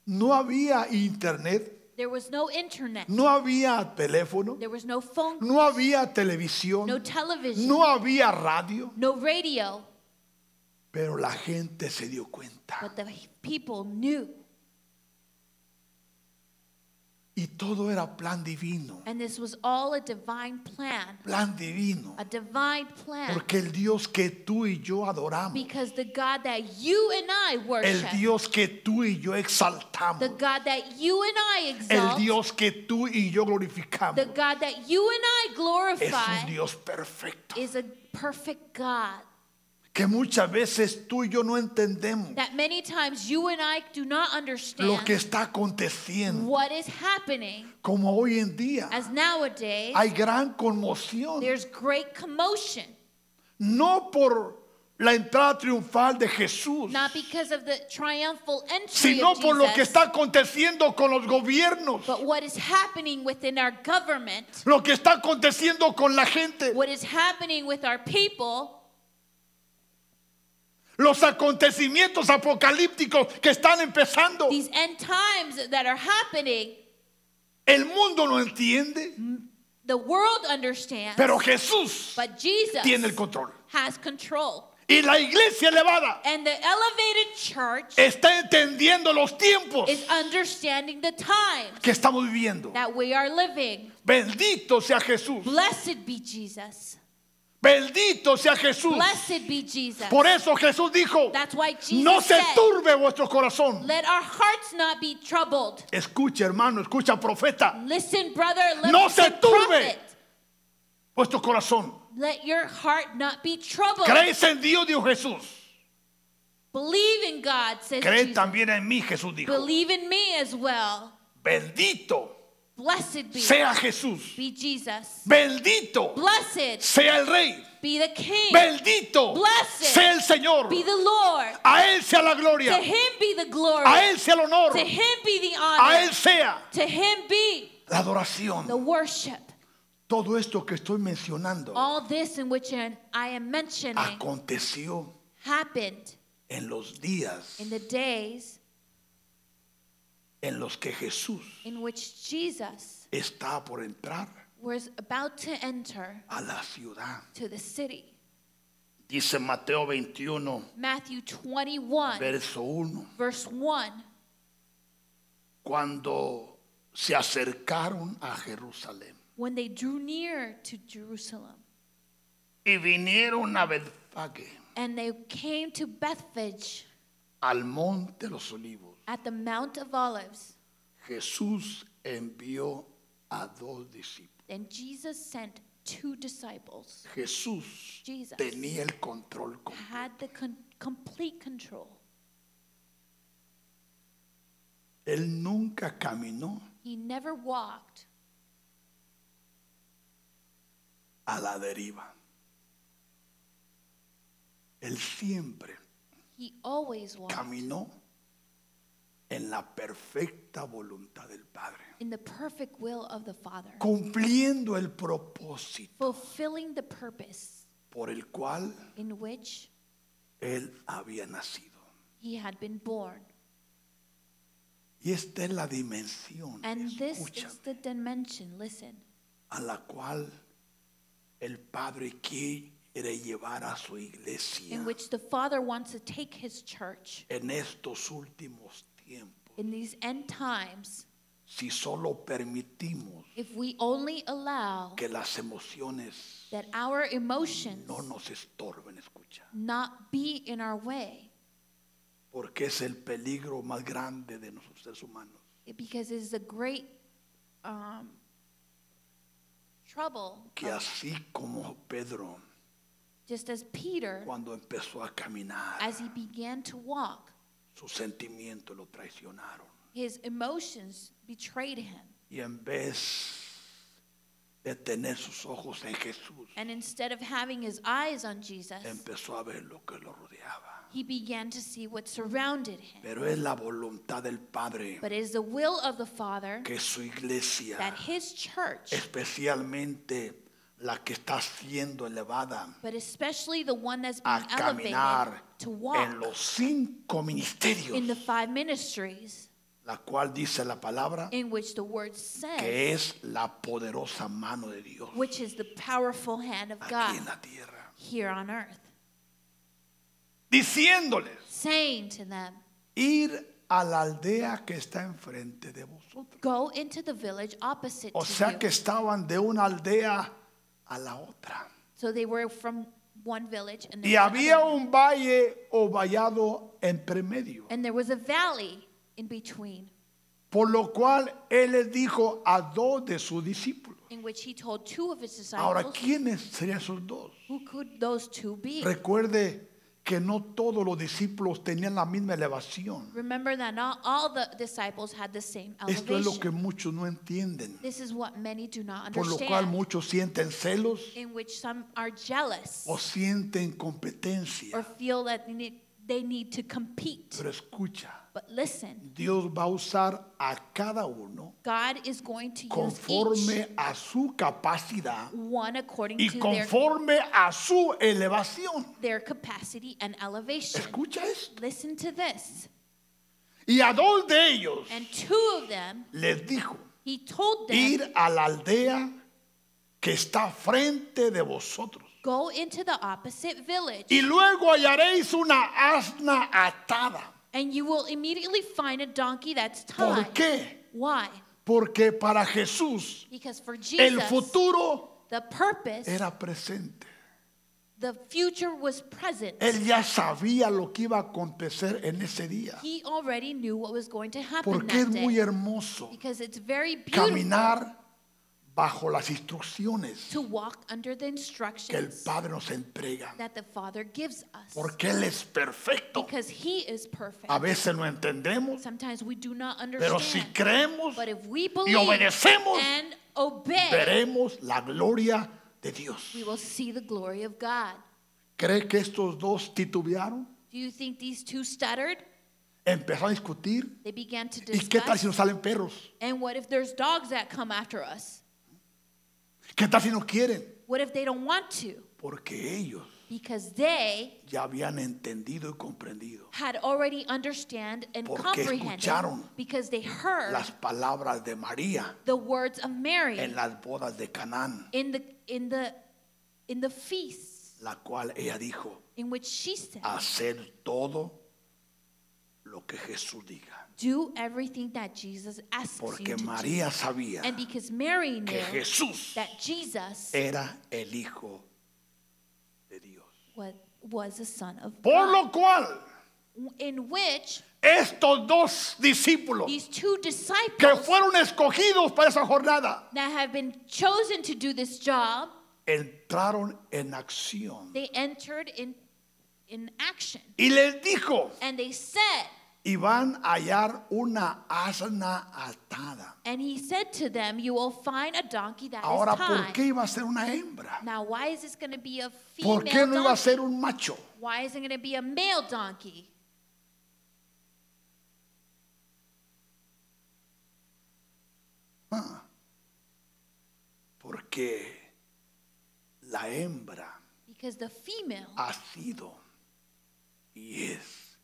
Speaker 1: No había internet,
Speaker 2: There was no internet.
Speaker 1: no había teléfono,
Speaker 2: There was no phone,
Speaker 1: no había
Speaker 2: no
Speaker 1: televisión,
Speaker 2: television,
Speaker 1: no había radio,
Speaker 2: no radio,
Speaker 1: pero la gente se dio cuenta.
Speaker 2: but the people knew.
Speaker 1: Y todo era plan divino,
Speaker 2: And this was all a divine plan,
Speaker 1: plan divino,
Speaker 2: a divine plan.
Speaker 1: porque el Dios que tú y yo adoramos,
Speaker 2: Because the God that you and I
Speaker 1: el
Speaker 2: worship,
Speaker 1: Dios que tú y yo
Speaker 2: the
Speaker 1: exaltamos,
Speaker 2: God that you and I
Speaker 1: el
Speaker 2: exalt,
Speaker 1: Dios que tú y yo glorificamos,
Speaker 2: the God that you and I
Speaker 1: es
Speaker 2: glorify,
Speaker 1: un Dios perfecto
Speaker 2: is a perfect God
Speaker 1: que muchas veces tú y yo no entendemos
Speaker 2: that many times you and I do not
Speaker 1: lo que
Speaker 2: understand
Speaker 1: está aconteciendo.
Speaker 2: what is happening
Speaker 1: Como hoy en día
Speaker 2: as nowadays
Speaker 1: hay gran conmoción,
Speaker 2: there's great commotion
Speaker 1: no por la entrada triunfal de Jesús,
Speaker 2: not because of the triumphal entry
Speaker 1: sino
Speaker 2: of
Speaker 1: por lo que
Speaker 2: Jesus
Speaker 1: está aconteciendo con los gobiernos,
Speaker 2: but what is happening within our government
Speaker 1: lo que está aconteciendo con la gente,
Speaker 2: what is happening with our people
Speaker 1: los acontecimientos apocalípticos que están empezando.
Speaker 2: these end times that are happening
Speaker 1: El mundo no entiende,
Speaker 2: the world understands
Speaker 1: pero Jesús
Speaker 2: but Jesus
Speaker 1: tiene el control.
Speaker 2: has control
Speaker 1: Y la iglesia elevada
Speaker 2: and the elevated church
Speaker 1: está entendiendo los tiempos
Speaker 2: is understanding the times
Speaker 1: que estamos viviendo.
Speaker 2: that we are living
Speaker 1: Bendito sea Jesús.
Speaker 2: blessed be Jesus
Speaker 1: Bendito sea Jesús.
Speaker 2: blessed be Jesus
Speaker 1: Por eso Jesús dijo,
Speaker 2: that's why Jesus
Speaker 1: no se
Speaker 2: said
Speaker 1: turbe vuestro corazón.
Speaker 2: let our hearts not be troubled
Speaker 1: Escucha, hermano, escucha, profeta,
Speaker 2: Listen, brother, listen,
Speaker 1: No se turbe.
Speaker 2: prophet.
Speaker 1: vuestro corazón.
Speaker 2: Let your heart not be troubled.
Speaker 1: Crees en Dios, dijo Jesús.
Speaker 2: Believe in God, says
Speaker 1: Cree
Speaker 2: Jesus.
Speaker 1: también en mí, Jesús dijo.
Speaker 2: Believe in me as well.
Speaker 1: Bendito
Speaker 2: Blessed be,
Speaker 1: sea Jesús.
Speaker 2: be Jesus.
Speaker 1: Bendito
Speaker 2: Blessed
Speaker 1: sea el Rey.
Speaker 2: be the King.
Speaker 1: Bendito
Speaker 2: Blessed
Speaker 1: sea el Señor.
Speaker 2: Be the Lord.
Speaker 1: A Él sea la
Speaker 2: To
Speaker 1: gloria.
Speaker 2: him be the glory.
Speaker 1: A Él sea el honor.
Speaker 2: To him be the
Speaker 1: A
Speaker 2: honor.
Speaker 1: Él sea
Speaker 2: To him be
Speaker 1: la adoración.
Speaker 2: the worship.
Speaker 1: Todo esto que estoy mencionando
Speaker 2: All this in which an- I am mentioning
Speaker 1: aconteció
Speaker 2: happened
Speaker 1: en los días
Speaker 2: in the days
Speaker 1: en los que Jesús
Speaker 2: in which Jesus
Speaker 1: está por entrar
Speaker 2: was about to enter
Speaker 1: a la ciudad.
Speaker 2: to the city.
Speaker 1: Dice Mateo 21,
Speaker 2: Matthew 21,
Speaker 1: verso 1.
Speaker 2: verse 1.
Speaker 1: Cuando se acercaron a Jerusalén
Speaker 2: When they drew near to Jerusalem,
Speaker 1: y vinieron a Betfage,
Speaker 2: and they came to Bethphage
Speaker 1: al monte de los olivos,
Speaker 2: at the Mount of Olives,
Speaker 1: Jesús envió a dos discípulos.
Speaker 2: then Jesus sent two disciples.
Speaker 1: Jesús
Speaker 2: Jesus
Speaker 1: tenía el control. com-
Speaker 2: had the con- complete control.
Speaker 1: Él nunca caminó
Speaker 2: He never walked
Speaker 1: a la deriva. Él siempre
Speaker 2: he always walked
Speaker 1: caminó en la perfecta voluntad del Padre,
Speaker 2: in the perfect will of the Father,
Speaker 1: cumpliendo el propósito
Speaker 2: fulfilling the purpose
Speaker 1: por el cual
Speaker 2: in which
Speaker 1: Él había nacido.
Speaker 2: he had been born.
Speaker 1: Y esta es la dimensión
Speaker 2: And this
Speaker 1: escucha,
Speaker 2: is the dimension, listen,
Speaker 1: a la cual el Padre quiere llevar a su iglesia
Speaker 2: in which the Father wants to take his church
Speaker 1: en estos últimos tiempos,
Speaker 2: in these end times
Speaker 1: si solo permitimos
Speaker 2: if we only allow
Speaker 1: que las emociones
Speaker 2: that our emotions
Speaker 1: no nos estorben, escucha,
Speaker 2: not be in our way
Speaker 1: porque es el peligro más grande de nuestros seres humanos.
Speaker 2: because it is a great um, trouble
Speaker 1: que así como Pedro,
Speaker 2: just as Peter
Speaker 1: cuando empezó a caminar,
Speaker 2: as he began to walk
Speaker 1: sus sentimientos lo traicionaron.
Speaker 2: his emotions betrayed him
Speaker 1: Y en vez de tener sus ojos en Jesús,
Speaker 2: and instead of having his eyes on Jesus
Speaker 1: empezó a ver lo que lo rodeaba.
Speaker 2: he began to see what surrounded him
Speaker 1: Pero es la voluntad del Padre
Speaker 2: but it is the will of the Father
Speaker 1: que su iglesia,
Speaker 2: that his church
Speaker 1: especialmente la que está siendo elevada
Speaker 2: but especially the one that's
Speaker 1: a
Speaker 2: being elevated
Speaker 1: caminar
Speaker 2: to
Speaker 1: en
Speaker 2: walk
Speaker 1: los cinco
Speaker 2: in the
Speaker 1: ministerios,
Speaker 2: five ministries
Speaker 1: la cual dice la palabra
Speaker 2: in which the word says,
Speaker 1: que es la poderosa mano de Dios
Speaker 2: which is the powerful hand of God
Speaker 1: aquí en la tierra,
Speaker 2: here on earth,
Speaker 1: diciéndoles,
Speaker 2: saying to them,
Speaker 1: ir a la aldea que está enfrente de vosotros.
Speaker 2: Go into the village opposite
Speaker 1: O
Speaker 2: to
Speaker 1: sea
Speaker 2: you.
Speaker 1: que estaban de una aldea a la otra.
Speaker 2: So they were from one village and,
Speaker 1: Y
Speaker 2: then another
Speaker 1: había
Speaker 2: one.
Speaker 1: un valle o vallado entre medio,
Speaker 2: and there was a valley in between
Speaker 1: por lo cual él les dijo a dos de sus discípulos.
Speaker 2: in which he told two of his disciples,
Speaker 1: Ahora, ¿quiénes serían esos dos?
Speaker 2: Who could those two be?
Speaker 1: Recuerde que no todos los discípulos tenían la misma elevación.
Speaker 2: Remember that not all the disciples had the same
Speaker 1: Esto es lo que
Speaker 2: elevation.
Speaker 1: muchos no entienden,
Speaker 2: This is what many do not
Speaker 1: por lo cual
Speaker 2: understand,
Speaker 1: muchos sienten celos
Speaker 2: in which some are jealous
Speaker 1: o sienten
Speaker 2: or
Speaker 1: competencia.
Speaker 2: feel that they need, they need to compete.
Speaker 1: Pero escucha,
Speaker 2: But listen,
Speaker 1: Dios va a usar a cada uno
Speaker 2: God is going to use each
Speaker 1: conforme a su capacidad
Speaker 2: one according
Speaker 1: y
Speaker 2: to their,
Speaker 1: conforme a su elevación.
Speaker 2: their capacity and elevation.
Speaker 1: Escucha esto.
Speaker 2: Listen to this.
Speaker 1: Y a dos de ellos
Speaker 2: And two of them,
Speaker 1: les dijo,
Speaker 2: he told them,
Speaker 1: ir a la aldea que está frente de vosotros.
Speaker 2: go into the opposite village,
Speaker 1: Y luego hallaréis una asna atada.
Speaker 2: and you will immediately find a donkey that's tied.
Speaker 1: ¿Por qué?
Speaker 2: Why?
Speaker 1: Porque para Jesús
Speaker 2: Because for
Speaker 1: el
Speaker 2: Jesus,
Speaker 1: futuro
Speaker 2: the purpose,
Speaker 1: era presente.
Speaker 2: the future was present.
Speaker 1: Él ya sabía lo que iba a acontecer en ese día.
Speaker 2: He already knew what was going to happen
Speaker 1: Porque es
Speaker 2: that
Speaker 1: muy
Speaker 2: day.
Speaker 1: hermoso
Speaker 2: Because it's very beautiful
Speaker 1: caminar bajo las instrucciones
Speaker 2: to walk under the
Speaker 1: que el
Speaker 2: instructions
Speaker 1: Padre nos entrega.
Speaker 2: that the Father gives us.
Speaker 1: Porque Él es perfecto.
Speaker 2: Because He is
Speaker 1: A
Speaker 2: perfect.
Speaker 1: veces no entendemos,
Speaker 2: Sometimes we do not
Speaker 1: pero si
Speaker 2: understand.
Speaker 1: creemos,
Speaker 2: But if we believe
Speaker 1: obedecemos,
Speaker 2: and obey,
Speaker 1: veremos la gloria de Dios.
Speaker 2: we will see the glory of God.
Speaker 1: ¿Cree que estos dos titubearon?
Speaker 2: Do you think these two stuttered?
Speaker 1: Empezaron a discutir.
Speaker 2: They began to
Speaker 1: ¿Y qué tal si
Speaker 2: discuss.
Speaker 1: nos salen perros?
Speaker 2: And what if there's dogs that come after us?
Speaker 1: ¿Qué tal si nos quieren?
Speaker 2: What if they don't want to?
Speaker 1: Porque ellos
Speaker 2: Because they
Speaker 1: ya habían entendido y comprendido
Speaker 2: had already understand and
Speaker 1: Porque
Speaker 2: comprehended
Speaker 1: escucharon
Speaker 2: because they heard
Speaker 1: las palabras de María
Speaker 2: the words of Mary
Speaker 1: en las bodas de Canaán,
Speaker 2: in the in the in the feast
Speaker 1: la cual ella dijo,
Speaker 2: in which she said,
Speaker 1: Ah. hacer todo lo que Jesús diga.
Speaker 2: "Do everything that Jesus asks you
Speaker 1: Porque
Speaker 2: to do."
Speaker 1: María sabía
Speaker 2: And because Mary
Speaker 1: que
Speaker 2: knew
Speaker 1: Jesús
Speaker 2: that Jesus
Speaker 1: era el Hijo de Dios.
Speaker 2: was, was a son of
Speaker 1: Por
Speaker 2: God,
Speaker 1: lo cual,
Speaker 2: in which
Speaker 1: estos dos discípulos
Speaker 2: these two
Speaker 1: que
Speaker 2: disciples
Speaker 1: fueron escogidos para esa jornada,
Speaker 2: that have been chosen to do this job,
Speaker 1: entraron en acción.
Speaker 2: they entered in in action.
Speaker 1: Y les dijo,
Speaker 2: And they said,
Speaker 1: y van a hallar una asna atada.
Speaker 2: and he said to them, You will find a donkey that is
Speaker 1: Ahora, ¿por
Speaker 2: tied.
Speaker 1: qué iba a ser una hembra?
Speaker 2: Now, why is this going to be a female
Speaker 1: ¿Por qué no iba a
Speaker 2: donkey?
Speaker 1: ser un macho?
Speaker 2: Why is it going to be a male donkey?
Speaker 1: Porque la hembra
Speaker 2: Because the female
Speaker 1: ha sido y es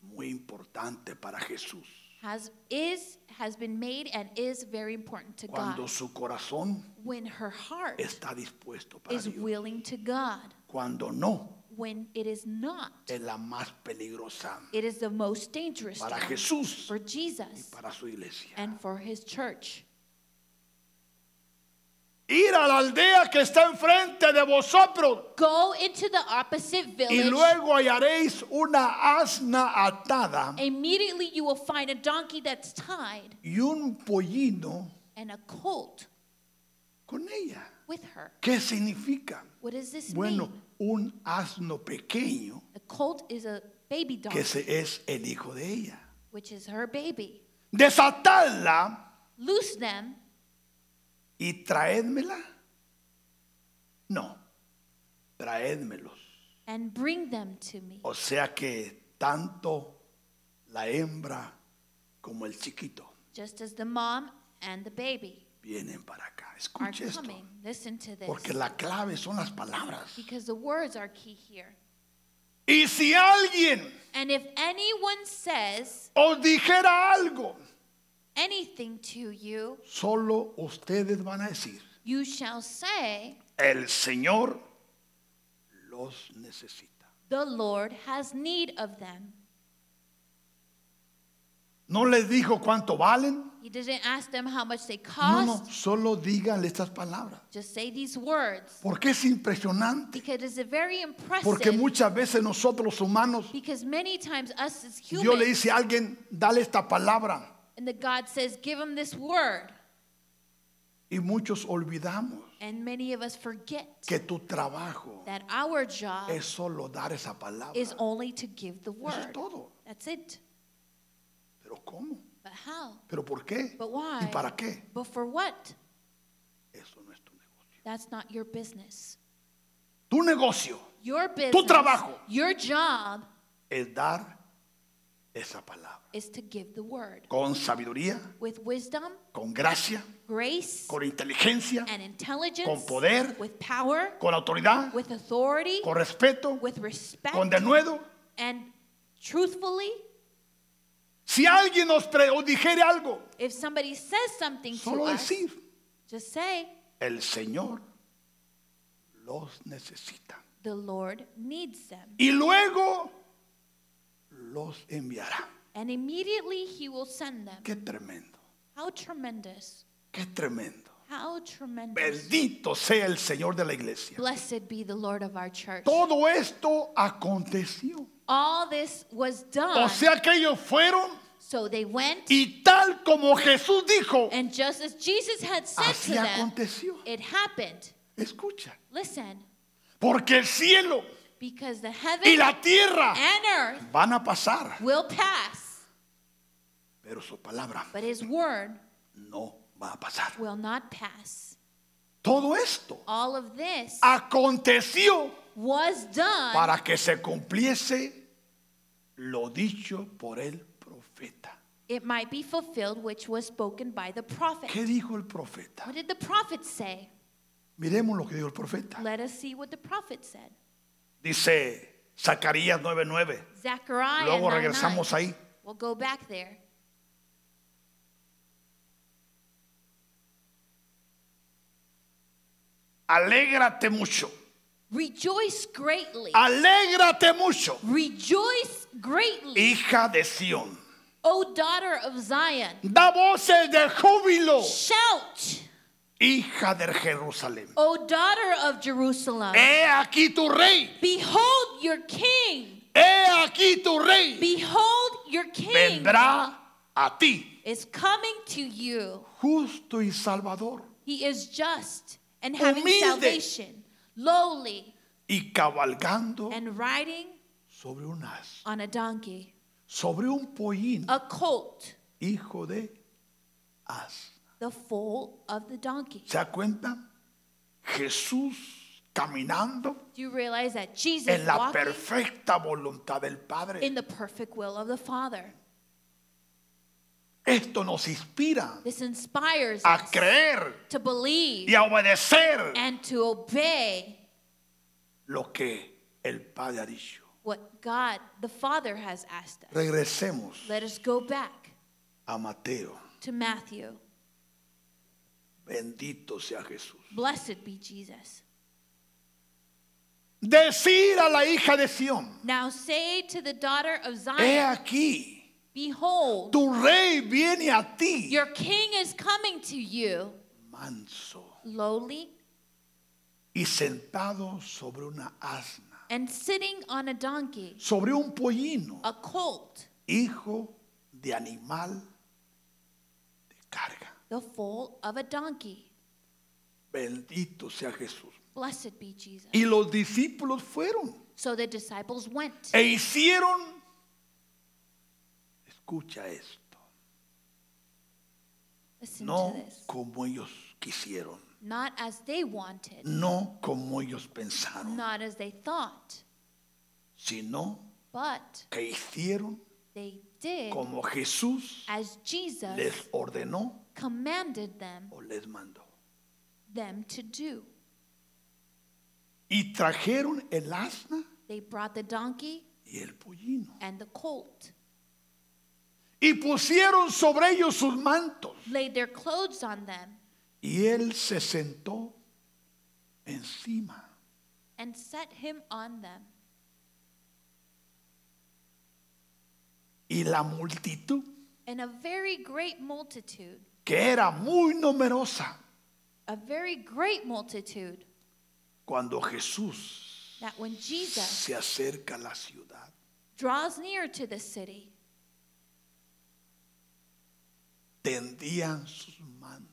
Speaker 1: muy importante para Jesús.
Speaker 2: has is has been made and is very important to
Speaker 1: Cuando
Speaker 2: God.
Speaker 1: su corazón
Speaker 2: When her heart
Speaker 1: está dispuesto para
Speaker 2: is
Speaker 1: Dios.
Speaker 2: willing to God.
Speaker 1: Cuando no,
Speaker 2: When it is not,
Speaker 1: es la más peligrosa
Speaker 2: it is the most dangerous
Speaker 1: para
Speaker 2: time
Speaker 1: Jesús
Speaker 2: for
Speaker 1: y
Speaker 2: Jesus
Speaker 1: para su iglesia.
Speaker 2: and for his church.
Speaker 1: Ir a la aldea que está enfrente de vosotros
Speaker 2: Go into the opposite
Speaker 1: y
Speaker 2: village.
Speaker 1: luego hallaréis una asna atada
Speaker 2: Immediately you will find a donkey that's tied
Speaker 1: y un pollino
Speaker 2: and a colt
Speaker 1: con ella.
Speaker 2: with her.
Speaker 1: ¿Qué significa?
Speaker 2: What does this
Speaker 1: Bueno,
Speaker 2: mean?
Speaker 1: un asno pequeño
Speaker 2: A colt is a baby donkey,
Speaker 1: que se- es el hijo de ella.
Speaker 2: which is her baby.
Speaker 1: Desatadla
Speaker 2: Loose them
Speaker 1: y traédmela. No, traédmelos.
Speaker 2: and bring them to me.
Speaker 1: O sea que tanto la hembra como el chiquito
Speaker 2: Just as the mom and the baby
Speaker 1: vienen para acá.
Speaker 2: are
Speaker 1: Escuche esto,
Speaker 2: coming. Listen to this.
Speaker 1: porque la clave son las palabras.
Speaker 2: Because the words are key here.
Speaker 1: Y si alguien
Speaker 2: And if anyone says
Speaker 1: os dijera algo,
Speaker 2: anything to you,
Speaker 1: solo ustedes van a decir,
Speaker 2: you shall say,
Speaker 1: el Señor los necesita.
Speaker 2: The Lord has need of them.
Speaker 1: No les dijo cuánto valen.
Speaker 2: He didn't ask them how much they
Speaker 1: No,
Speaker 2: cost.
Speaker 1: no, solo díganle estas palabras.
Speaker 2: Just say these words.
Speaker 1: Porque es impresionante.
Speaker 2: Because it's a very
Speaker 1: Porque
Speaker 2: impressive.
Speaker 1: muchas veces nosotros los humanos,
Speaker 2: Because many times us as
Speaker 1: Dios le
Speaker 2: humans,
Speaker 1: dice a alguien, dale esta palabra.
Speaker 2: and the God says, Give him this word.
Speaker 1: Y muchos olvidamos
Speaker 2: And many of us forget
Speaker 1: que tu trabajo
Speaker 2: that our job
Speaker 1: es solo dar esa palabra.
Speaker 2: is only to give the word.
Speaker 1: es todo.
Speaker 2: That's it.
Speaker 1: Pero ¿cómo?
Speaker 2: But how?
Speaker 1: ¿Pero por qué?
Speaker 2: But why?
Speaker 1: ¿Y para qué?
Speaker 2: But for what?
Speaker 1: Eso no es tu negocio.
Speaker 2: That's not your business.
Speaker 1: Tu negocio
Speaker 2: Your business,
Speaker 1: trabajo.
Speaker 2: your job
Speaker 1: es dar esa palabra.
Speaker 2: is to give the word
Speaker 1: Con sabiduría,
Speaker 2: with wisdom,
Speaker 1: con gracia,
Speaker 2: grace,
Speaker 1: con inteligencia,
Speaker 2: and intelligence,
Speaker 1: con poder,
Speaker 2: with power,
Speaker 1: con autoridad,
Speaker 2: with authority,
Speaker 1: con respeto,
Speaker 2: with respect,
Speaker 1: con denuedo.
Speaker 2: and truthfully.
Speaker 1: Si alguien nos pre- o dijere algo,
Speaker 2: If somebody says something to
Speaker 1: solo
Speaker 2: us,
Speaker 1: decir,
Speaker 2: just say,
Speaker 1: el Señor los necesita.
Speaker 2: The Lord needs them.
Speaker 1: Y luego los enviará.
Speaker 2: And immediately he will send them.
Speaker 1: Qué tremendo,
Speaker 2: How tremendous.
Speaker 1: qué tremendo.
Speaker 2: How tremendous.
Speaker 1: Bendito sea el Señor de la iglesia.
Speaker 2: Blessed be the Lord of our church.
Speaker 1: Todo esto aconteció.
Speaker 2: All this was
Speaker 1: O
Speaker 2: done.
Speaker 1: sea que ellos fueron
Speaker 2: So they went,
Speaker 1: y tal como Jesús dijo,
Speaker 2: and just as Jesus had said to
Speaker 1: así
Speaker 2: them,
Speaker 1: aconteció.
Speaker 2: it happened.
Speaker 1: Escucha,
Speaker 2: Listen,
Speaker 1: porque el cielo
Speaker 2: because the
Speaker 1: y
Speaker 2: heaven
Speaker 1: la tierra
Speaker 2: and earth
Speaker 1: van a pasar,
Speaker 2: will pass,
Speaker 1: pero su palabra
Speaker 2: but his word
Speaker 1: no va a pasar.
Speaker 2: will not pass.
Speaker 1: Todo esto
Speaker 2: All of this
Speaker 1: aconteció
Speaker 2: was done
Speaker 1: Ah, para que se cumpliese lo dicho por el profeta.
Speaker 2: it might be fulfilled, which was spoken by the prophet.
Speaker 1: ¿Qué dijo el profeta?
Speaker 2: What did the prophet say?
Speaker 1: Miremos lo que dijo el profeta.
Speaker 2: Let us see what the prophet said.
Speaker 1: Dice Zacarías 9:9.
Speaker 2: Zechariah.
Speaker 1: Luego
Speaker 2: 9:9.
Speaker 1: regresamos ahí.
Speaker 2: We'll go back there.
Speaker 1: Alégrate mucho.
Speaker 2: Rejoice greatly.
Speaker 1: Alégrate mucho,
Speaker 2: Rejoice greatly,
Speaker 1: hija de Sión.
Speaker 2: O daughter of Zion.
Speaker 1: Da voces de júbilo,
Speaker 2: Shout,
Speaker 1: hija de Jerusalén.
Speaker 2: O daughter of Jerusalem.
Speaker 1: He aquí tu rey.
Speaker 2: Behold your king.
Speaker 1: He aquí tu rey.
Speaker 2: Behold your king
Speaker 1: Vendrá a ti,
Speaker 2: is coming to you.
Speaker 1: justo y salvador,
Speaker 2: He is just and having
Speaker 1: Humilde.
Speaker 2: salvation, lowly,
Speaker 1: y cabalgando
Speaker 2: and riding
Speaker 1: sobre un as,
Speaker 2: on a donkey,
Speaker 1: sobre un pollín,
Speaker 2: a colt,
Speaker 1: hijo de as.
Speaker 2: the foal of the donkey.
Speaker 1: ¿Se da cuenta? Jesús caminando
Speaker 2: Do you realize that Jesus
Speaker 1: en la
Speaker 2: walking
Speaker 1: perfecta voluntad del Padre.
Speaker 2: in the perfect will of the Father?
Speaker 1: Esto nos inspira
Speaker 2: This inspires
Speaker 1: a
Speaker 2: us
Speaker 1: creer
Speaker 2: to believe
Speaker 1: y a obedecer
Speaker 2: and to obey
Speaker 1: lo que el Padre ha dicho.
Speaker 2: what God the Father has asked us.
Speaker 1: Regresemos
Speaker 2: Let us go back
Speaker 1: a Mateo.
Speaker 2: to Matthew.
Speaker 1: Bendito sea Jesús.
Speaker 2: Blessed be Jesus.
Speaker 1: Decir a la hija de Sión,
Speaker 2: Now say to the daughter of
Speaker 1: he
Speaker 2: Zion,
Speaker 1: aquí,
Speaker 2: Behold,
Speaker 1: tu rey viene a ti,
Speaker 2: your king is coming to you,
Speaker 1: manso
Speaker 2: lowly
Speaker 1: y sentado sobre una asna,
Speaker 2: and sitting on a donkey,
Speaker 1: sobre un pollino,
Speaker 2: a colt,
Speaker 1: hijo de animal de carga.
Speaker 2: the foal of a donkey.
Speaker 1: Bendito sea Jesús.
Speaker 2: Blessed be Jesus.
Speaker 1: Y los discípulos fueron
Speaker 2: So the disciples went
Speaker 1: e hicieron, escucha esto,
Speaker 2: Listen
Speaker 1: no
Speaker 2: to this.
Speaker 1: como ellos quisieron,
Speaker 2: Not as they wanted,
Speaker 1: no como ellos pensaron,
Speaker 2: not as they thought,
Speaker 1: sino
Speaker 2: but
Speaker 1: que hicieron
Speaker 2: they did
Speaker 1: como Jesús
Speaker 2: as Jesus
Speaker 1: les ordenó
Speaker 2: commanded them
Speaker 1: o les mandó.
Speaker 2: them to do.
Speaker 1: Y trajeron el asna
Speaker 2: They brought the donkey
Speaker 1: y el pollino.
Speaker 2: and the colt,
Speaker 1: Y pusieron sobre ellos sus mantos.
Speaker 2: laid their clothes on them,
Speaker 1: Y él se sentó encima.
Speaker 2: and set him on them.
Speaker 1: Y la multitud,
Speaker 2: And a very great multitude,
Speaker 1: que era muy numerosa,
Speaker 2: a very great multitude,
Speaker 1: cuando Jesús
Speaker 2: that when Jesus
Speaker 1: se acerca a la ciudad,
Speaker 2: draws near to the city,
Speaker 1: tendían sus mantos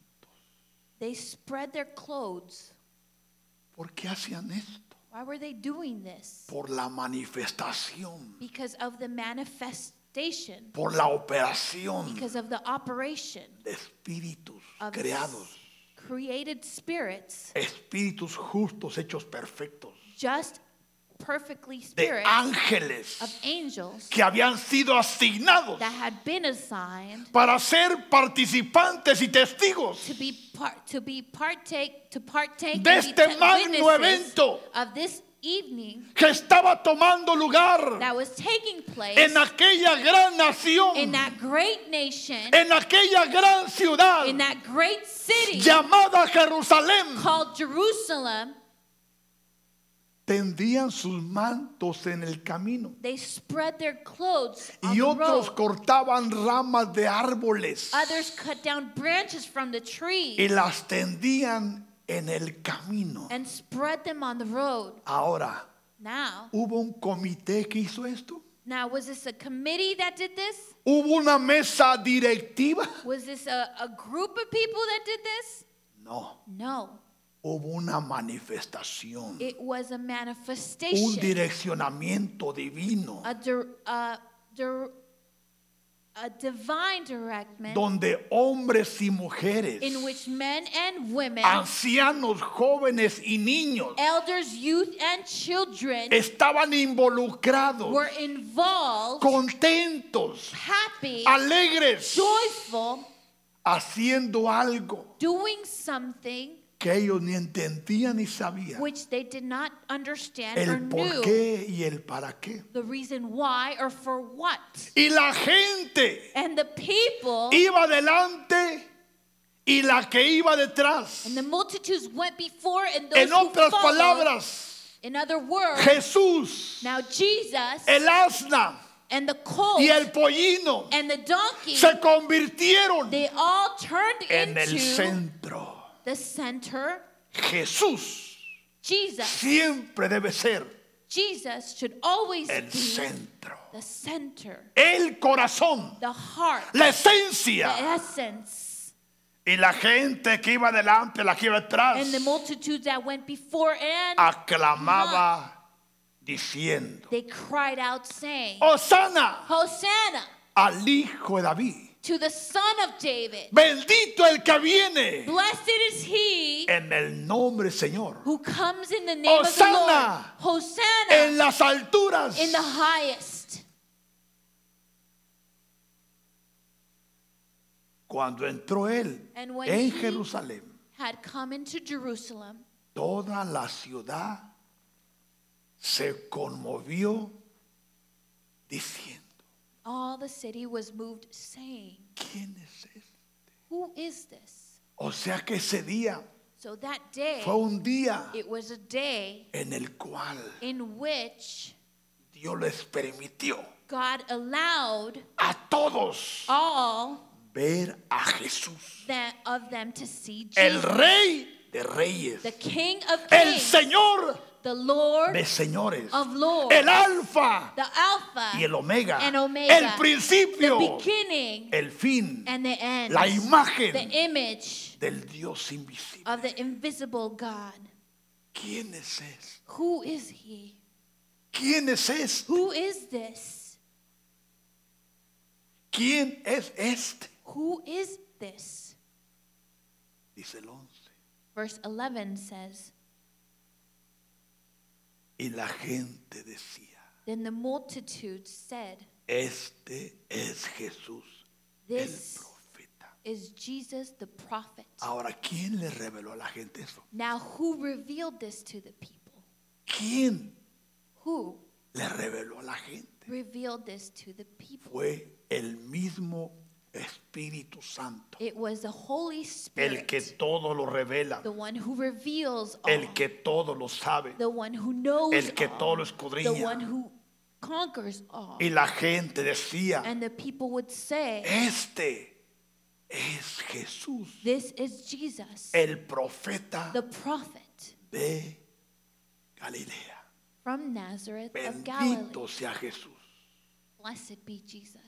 Speaker 2: They spread their clothes.
Speaker 1: ¿Por qué hacían esto?
Speaker 2: Why were they doing this?
Speaker 1: Por la manifestación,
Speaker 2: Because of the manifestation,
Speaker 1: por la operación
Speaker 2: because of the operation
Speaker 1: de espíritus
Speaker 2: of
Speaker 1: creados,
Speaker 2: created spirits,
Speaker 1: espíritus justos hechos perfectos,
Speaker 2: just perfectly
Speaker 1: de
Speaker 2: spirits
Speaker 1: ángeles
Speaker 2: of angels
Speaker 1: que habían sido asignados
Speaker 2: that had been assigned
Speaker 1: para ser participantes y testigos
Speaker 2: to be part to be partake to partake
Speaker 1: De
Speaker 2: and be
Speaker 1: este
Speaker 2: te-
Speaker 1: magno
Speaker 2: witnesses
Speaker 1: evento.
Speaker 2: of this evening
Speaker 1: que estaba tomando lugar
Speaker 2: that was taking place
Speaker 1: en aquella gran nación,
Speaker 2: in that great nation,
Speaker 1: en aquella gran ciudad
Speaker 2: in that great city
Speaker 1: llamada Jerusalén.
Speaker 2: called Jerusalem.
Speaker 1: Tendían sus mantos en el camino
Speaker 2: They spread their clothes on
Speaker 1: y
Speaker 2: the
Speaker 1: otros
Speaker 2: road.
Speaker 1: cortaban ramas de árboles
Speaker 2: Others cut down branches from the
Speaker 1: y
Speaker 2: tree
Speaker 1: las tendían en el camino.
Speaker 2: and spread them on the road.
Speaker 1: Ahora,
Speaker 2: Now,
Speaker 1: ¿hubo un comité que hizo esto?
Speaker 2: now was this a committee that did this?
Speaker 1: ¿Hubo una mesa directiva?
Speaker 2: Was this a, a group of people that did this?
Speaker 1: No.
Speaker 2: No.
Speaker 1: Hubo una manifestación,
Speaker 2: It was a manifestation.
Speaker 1: un direccionamiento divino,
Speaker 2: a, dir, a, dir, a divine directment
Speaker 1: donde hombres y mujeres,
Speaker 2: in which men and women,
Speaker 1: ancianos, jóvenes y niños
Speaker 2: elders, youth, and children
Speaker 1: estaban involucrados,
Speaker 2: were involved,
Speaker 1: contentos,
Speaker 2: happy,
Speaker 1: alegres,
Speaker 2: joyful,
Speaker 1: haciendo algo
Speaker 2: doing something
Speaker 1: que ellos ni entendían ni sabían,
Speaker 2: which they did not understand or
Speaker 1: el por
Speaker 2: knew
Speaker 1: qué y el para qué.
Speaker 2: the reason why or for what.
Speaker 1: Y la gente
Speaker 2: And the people
Speaker 1: iba adelante y la que iba detrás.
Speaker 2: and the multitudes went before, and those
Speaker 1: En
Speaker 2: who
Speaker 1: otras
Speaker 2: followed,
Speaker 1: palabras,
Speaker 2: in other words,
Speaker 1: Jesús,
Speaker 2: now Jesus
Speaker 1: el asna
Speaker 2: and the colt
Speaker 1: Eh, y el pollino
Speaker 2: and the donkey,
Speaker 1: se convirtieron
Speaker 2: they all turned
Speaker 1: en el
Speaker 2: into
Speaker 1: centro.
Speaker 2: the center.
Speaker 1: Jesús
Speaker 2: Jesus,
Speaker 1: siempre debe ser
Speaker 2: Jesus should always
Speaker 1: el
Speaker 2: be
Speaker 1: centro,
Speaker 2: the center,
Speaker 1: el corazón,
Speaker 2: the heart,
Speaker 1: la
Speaker 2: the
Speaker 1: esencia.
Speaker 2: essence.
Speaker 1: Y la gente que iba adelante, la que iba atrás,
Speaker 2: And the multitudes that went before and
Speaker 1: aclamaba diciendo,
Speaker 2: they cried out, saying,
Speaker 1: Osana
Speaker 2: Hosanna
Speaker 1: al Hijo de David,
Speaker 2: to the Son of David.
Speaker 1: bendito el que viene
Speaker 2: Blessed is he
Speaker 1: en el nombre del Señor.
Speaker 2: who comes in the name of the Lord.
Speaker 1: Hosanna. en
Speaker 2: Hosanna
Speaker 1: las alturas.
Speaker 2: in the highest.
Speaker 1: Cuando entró él
Speaker 2: And when
Speaker 1: en
Speaker 2: he-
Speaker 1: Jerusalén,
Speaker 2: Had come into Jerusalem.
Speaker 1: toda la ciudad se conmovió diciendo,
Speaker 2: All the city was moved, saying,
Speaker 1: ¿quién es él?
Speaker 2: Who is this?
Speaker 1: O sea que ese día
Speaker 2: So that day,
Speaker 1: fue un día
Speaker 2: it was a day
Speaker 1: en el cual
Speaker 2: in which
Speaker 1: Dios les permitió
Speaker 2: God allowed
Speaker 1: a todos
Speaker 2: all
Speaker 1: ver a Jesús,
Speaker 2: that of them to see
Speaker 1: el
Speaker 2: Jesus,
Speaker 1: rey de reyes,
Speaker 2: the King of
Speaker 1: el
Speaker 2: Kings,
Speaker 1: Señor
Speaker 2: the Lord,
Speaker 1: de señores,
Speaker 2: of lords,
Speaker 1: el alfa
Speaker 2: the Alpha,
Speaker 1: y el omega,
Speaker 2: and Omega,
Speaker 1: el principio,
Speaker 2: the beginning
Speaker 1: el fin,
Speaker 2: and the end,
Speaker 1: la
Speaker 2: the
Speaker 1: imagen
Speaker 2: image
Speaker 1: del Dios invisible.
Speaker 2: of the invisible God.
Speaker 1: ¿Quién es ese?
Speaker 2: Who is he?
Speaker 1: ¿Quién es este?
Speaker 2: Who is this?
Speaker 1: ¿Quién es este?
Speaker 2: Who is this?
Speaker 1: Dice el 11.
Speaker 2: Verse 11 says,
Speaker 1: Y la gente decía,
Speaker 2: Then the multitude said,
Speaker 1: este es Jesús, el Ah.
Speaker 2: This
Speaker 1: profeta.
Speaker 2: is Jesus the prophet.
Speaker 1: Ahora, ¿quién le reveló a la gente eso?
Speaker 2: Now, who revealed this to the people?
Speaker 1: ¿Quién
Speaker 2: Who
Speaker 1: le reveló a la gente?
Speaker 2: revealed this to the people?
Speaker 1: Fue el mismo Espíritu Santo,
Speaker 2: It was the Holy
Speaker 1: el
Speaker 2: Spirit,
Speaker 1: que todo lo revela,
Speaker 2: the one who reveals all,
Speaker 1: el que todo lo sabe,
Speaker 2: the one who knows
Speaker 1: el que
Speaker 2: all,
Speaker 1: todo lo
Speaker 2: the one
Speaker 1: escudriña.
Speaker 2: who conquers all.
Speaker 1: Y Eh. la gente decía,
Speaker 2: And the people would say,
Speaker 1: este es Jesús,
Speaker 2: This is Jesus,
Speaker 1: el profeta
Speaker 2: the prophet
Speaker 1: de Galilea.
Speaker 2: from Nazareth of Galilee.
Speaker 1: Bendito sea Jesús.
Speaker 2: Blessed be Jesus.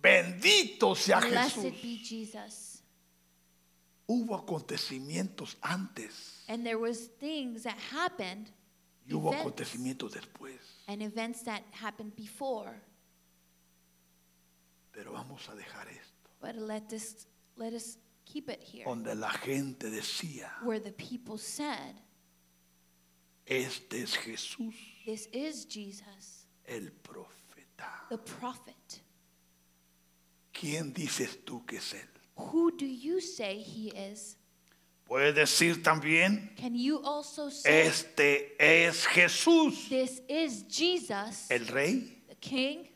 Speaker 1: Bendito sea
Speaker 2: Blessed
Speaker 1: Jesús.
Speaker 2: be Jesus.
Speaker 1: Hubo acontecimientos antes
Speaker 2: and there was things that happened
Speaker 1: y hubo
Speaker 2: Events.
Speaker 1: acontecimientos después.
Speaker 2: and events that happened before.
Speaker 1: Pero vamos a dejar esto,
Speaker 2: But let this let us keep it here.
Speaker 1: donde la gente decía,
Speaker 2: Where the people said,
Speaker 1: este es Jesús,
Speaker 2: This is Jesus,
Speaker 1: el profeta.
Speaker 2: the prophet.
Speaker 1: ¿Quién dices tú que es él?
Speaker 2: Who do you say he is?
Speaker 1: Puedes decir también,
Speaker 2: Can you also say
Speaker 1: este es Jesús,
Speaker 2: this is Jesus,
Speaker 1: el rey.
Speaker 2: the king?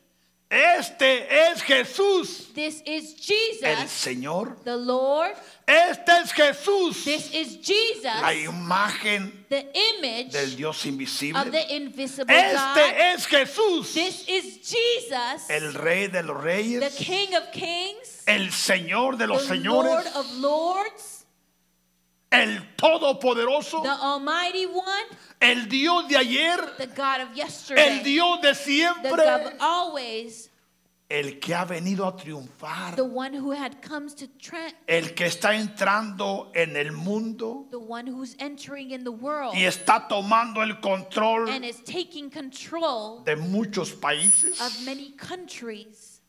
Speaker 1: Este es Jesús,
Speaker 2: This is
Speaker 1: el
Speaker 2: Jesus,
Speaker 1: Señor.
Speaker 2: the Lord.
Speaker 1: Este es Jesús,
Speaker 2: This is
Speaker 1: la
Speaker 2: Jesus,
Speaker 1: imagen
Speaker 2: the image
Speaker 1: del Dios
Speaker 2: of
Speaker 1: invisible.
Speaker 2: the invisible God.
Speaker 1: Este es Jesús,
Speaker 2: This is Jesus,
Speaker 1: el Rey de los
Speaker 2: the
Speaker 1: Reyes,
Speaker 2: King of Kings,
Speaker 1: el Señor de los
Speaker 2: the Lord
Speaker 1: Señores,
Speaker 2: of Lords,
Speaker 1: el
Speaker 2: the
Speaker 1: Todopoderoso,
Speaker 2: Almighty One,
Speaker 1: el Dios de ayer,
Speaker 2: the God of
Speaker 1: el
Speaker 2: yesterday,
Speaker 1: Dios de
Speaker 2: the God of
Speaker 1: siempre,
Speaker 2: always,
Speaker 1: el que ha venido a triunfar,
Speaker 2: the one who had comes to tra-
Speaker 1: el que está entrando en el mundo
Speaker 2: the one who's entering in the world
Speaker 1: y está tomando el
Speaker 2: and
Speaker 1: control
Speaker 2: is taking control
Speaker 1: de muchos países,
Speaker 2: of many countries,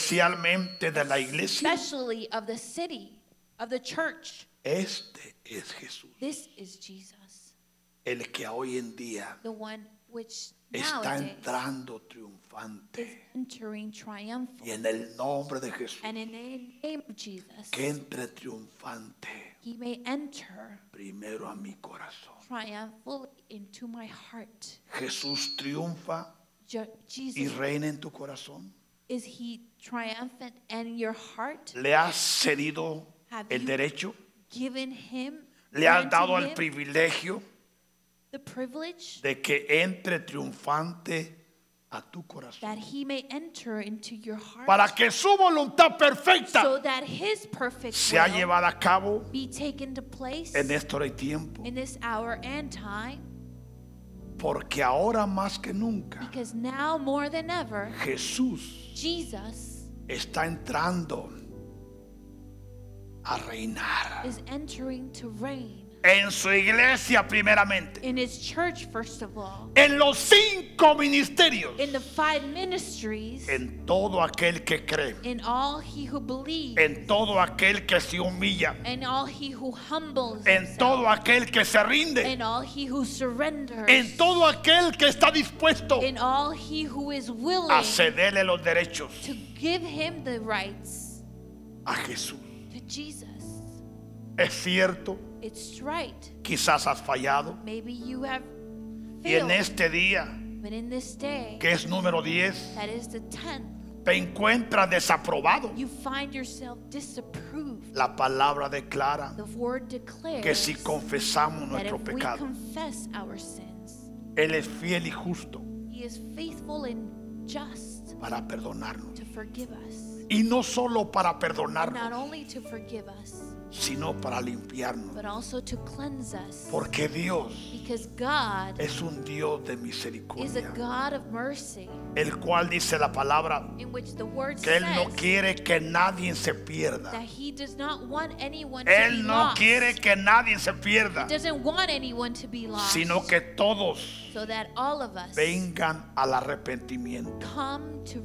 Speaker 1: especialmente de la iglesia.
Speaker 2: especially of the city, of the church.
Speaker 1: Este es Jesús,
Speaker 2: This is Jesus,
Speaker 1: el que hoy en día
Speaker 2: the one which
Speaker 1: está
Speaker 2: nowadays
Speaker 1: entrando
Speaker 2: is
Speaker 1: triunfante.
Speaker 2: entering triumphal.
Speaker 1: Y en el nombre de Jesús,
Speaker 2: And in the name of Jesus,
Speaker 1: que entre triunfante
Speaker 2: he may enter
Speaker 1: primero a mi corazón.
Speaker 2: triumphally into my heart.
Speaker 1: Jesús triunfa
Speaker 2: Je-
Speaker 1: y
Speaker 2: Jesus,
Speaker 1: reina en tu corazón.
Speaker 2: is he triumphant in your heart?
Speaker 1: ¿Le has cedido
Speaker 2: Have
Speaker 1: el
Speaker 2: you-
Speaker 1: derecho?
Speaker 2: Given him,
Speaker 1: ¿Le has
Speaker 2: granted
Speaker 1: dado el
Speaker 2: him
Speaker 1: privilegio
Speaker 2: the privilege
Speaker 1: de que entre triunfante a tu corazón?
Speaker 2: that he may enter into your heart
Speaker 1: Para que su voluntad
Speaker 2: so
Speaker 1: perfecta
Speaker 2: that his perfect
Speaker 1: sea
Speaker 2: will
Speaker 1: llevada a cabo
Speaker 2: be taken to place
Speaker 1: en este hora y tiempo.
Speaker 2: in this hour and time
Speaker 1: Porque ahora más que nunca
Speaker 2: because now more than ever,
Speaker 1: Jesús
Speaker 2: Jesus
Speaker 1: está entrando a reinar
Speaker 2: is entering to reign
Speaker 1: en su iglesia primeramente,
Speaker 2: in his church, first of all,
Speaker 1: en los cinco ministerios,
Speaker 2: in the five ministries,
Speaker 1: en todo aquel que cree,
Speaker 2: in all he who believes,
Speaker 1: en todo aquel que se humilla,
Speaker 2: in all he who humbles,
Speaker 1: en todo aquel que se rinde,
Speaker 2: in all he who surrenders,
Speaker 1: en todo aquel que está dispuesto
Speaker 2: in all he who is willing
Speaker 1: a cederle los derechos
Speaker 2: to give him the rights
Speaker 1: a Jesús.
Speaker 2: to Jesus.
Speaker 1: Es cierto,
Speaker 2: It's right.
Speaker 1: quizás has fallado
Speaker 2: Maybe you have
Speaker 1: y en
Speaker 2: failed,
Speaker 1: este día,
Speaker 2: but in this day,
Speaker 1: que es número 10,
Speaker 2: that is the tenth,
Speaker 1: te encuentras desaprobado.
Speaker 2: you find yourself disapproved.
Speaker 1: La palabra declara
Speaker 2: The word declares
Speaker 1: que si confesamos
Speaker 2: that
Speaker 1: nuestro
Speaker 2: if we
Speaker 1: pecado,
Speaker 2: confess our sins,
Speaker 1: Él es fiel y justo
Speaker 2: He is faithful and just
Speaker 1: para perdonarnos.
Speaker 2: to forgive us.
Speaker 1: Y no solo para
Speaker 2: And not
Speaker 1: perdonarnos,
Speaker 2: only to forgive us,
Speaker 1: sino para limpiarnos.
Speaker 2: but also to cleanse us.
Speaker 1: Porque Dios
Speaker 2: Because God
Speaker 1: es un Dios de
Speaker 2: is a
Speaker 1: misericordia,
Speaker 2: God of mercy,
Speaker 1: el cual dice la palabra
Speaker 2: in which the word
Speaker 1: que Él no
Speaker 2: says
Speaker 1: quiere que nadie se pierda.
Speaker 2: that He does not want anyone to be
Speaker 1: Él no
Speaker 2: lost.
Speaker 1: quiere que nadie se pierda,
Speaker 2: doesn't want anyone to be lost,
Speaker 1: sino que todos
Speaker 2: so that all of us
Speaker 1: vengan al arrepentimiento.
Speaker 2: come to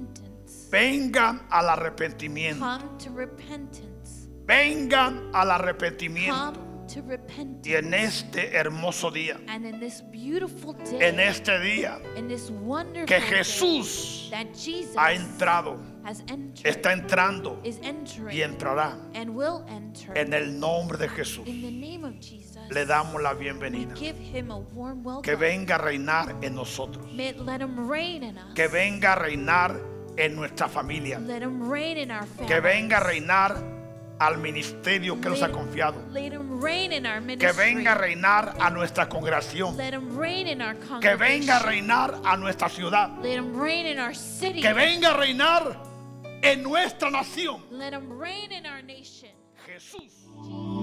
Speaker 2: repentance.
Speaker 1: Vengan al arrepentimiento.
Speaker 2: Come to repentance.
Speaker 1: Vengan al arrepentimiento.
Speaker 2: Come to
Speaker 1: Y en
Speaker 2: repentance.
Speaker 1: este hermoso día,
Speaker 2: And in this beautiful
Speaker 1: en
Speaker 2: day,
Speaker 1: este día
Speaker 2: in this wonderful
Speaker 1: que
Speaker 2: day
Speaker 1: Jesús
Speaker 2: that Jesus
Speaker 1: ha entrado,
Speaker 2: has entered,
Speaker 1: está entrando
Speaker 2: is
Speaker 1: y
Speaker 2: entering,
Speaker 1: entrará.
Speaker 2: and will enter.
Speaker 1: En el nombre de Jesús
Speaker 2: In the name of Jesus,
Speaker 1: le damos la bienvenida.
Speaker 2: give him a warm
Speaker 1: Que
Speaker 2: welcome.
Speaker 1: venga a reinar en nosotros.
Speaker 2: May, let him reign in us.
Speaker 1: Que venga a reinar en nuestra familia.
Speaker 2: Let him reign in our family.
Speaker 1: Que venga a reinar al ministerio que nos ha confiado.
Speaker 2: Let him reign in
Speaker 1: Que
Speaker 2: our ministry.
Speaker 1: venga a reinar a nuestra congregación.
Speaker 2: Let him reign in our
Speaker 1: Que
Speaker 2: congregation.
Speaker 1: venga a reinar a nuestra ciudad.
Speaker 2: Let him reign in our city.
Speaker 1: Que venga a reinar en nuestra nación.
Speaker 2: Let him reign in our nation.
Speaker 1: Jesús.
Speaker 2: Jesus.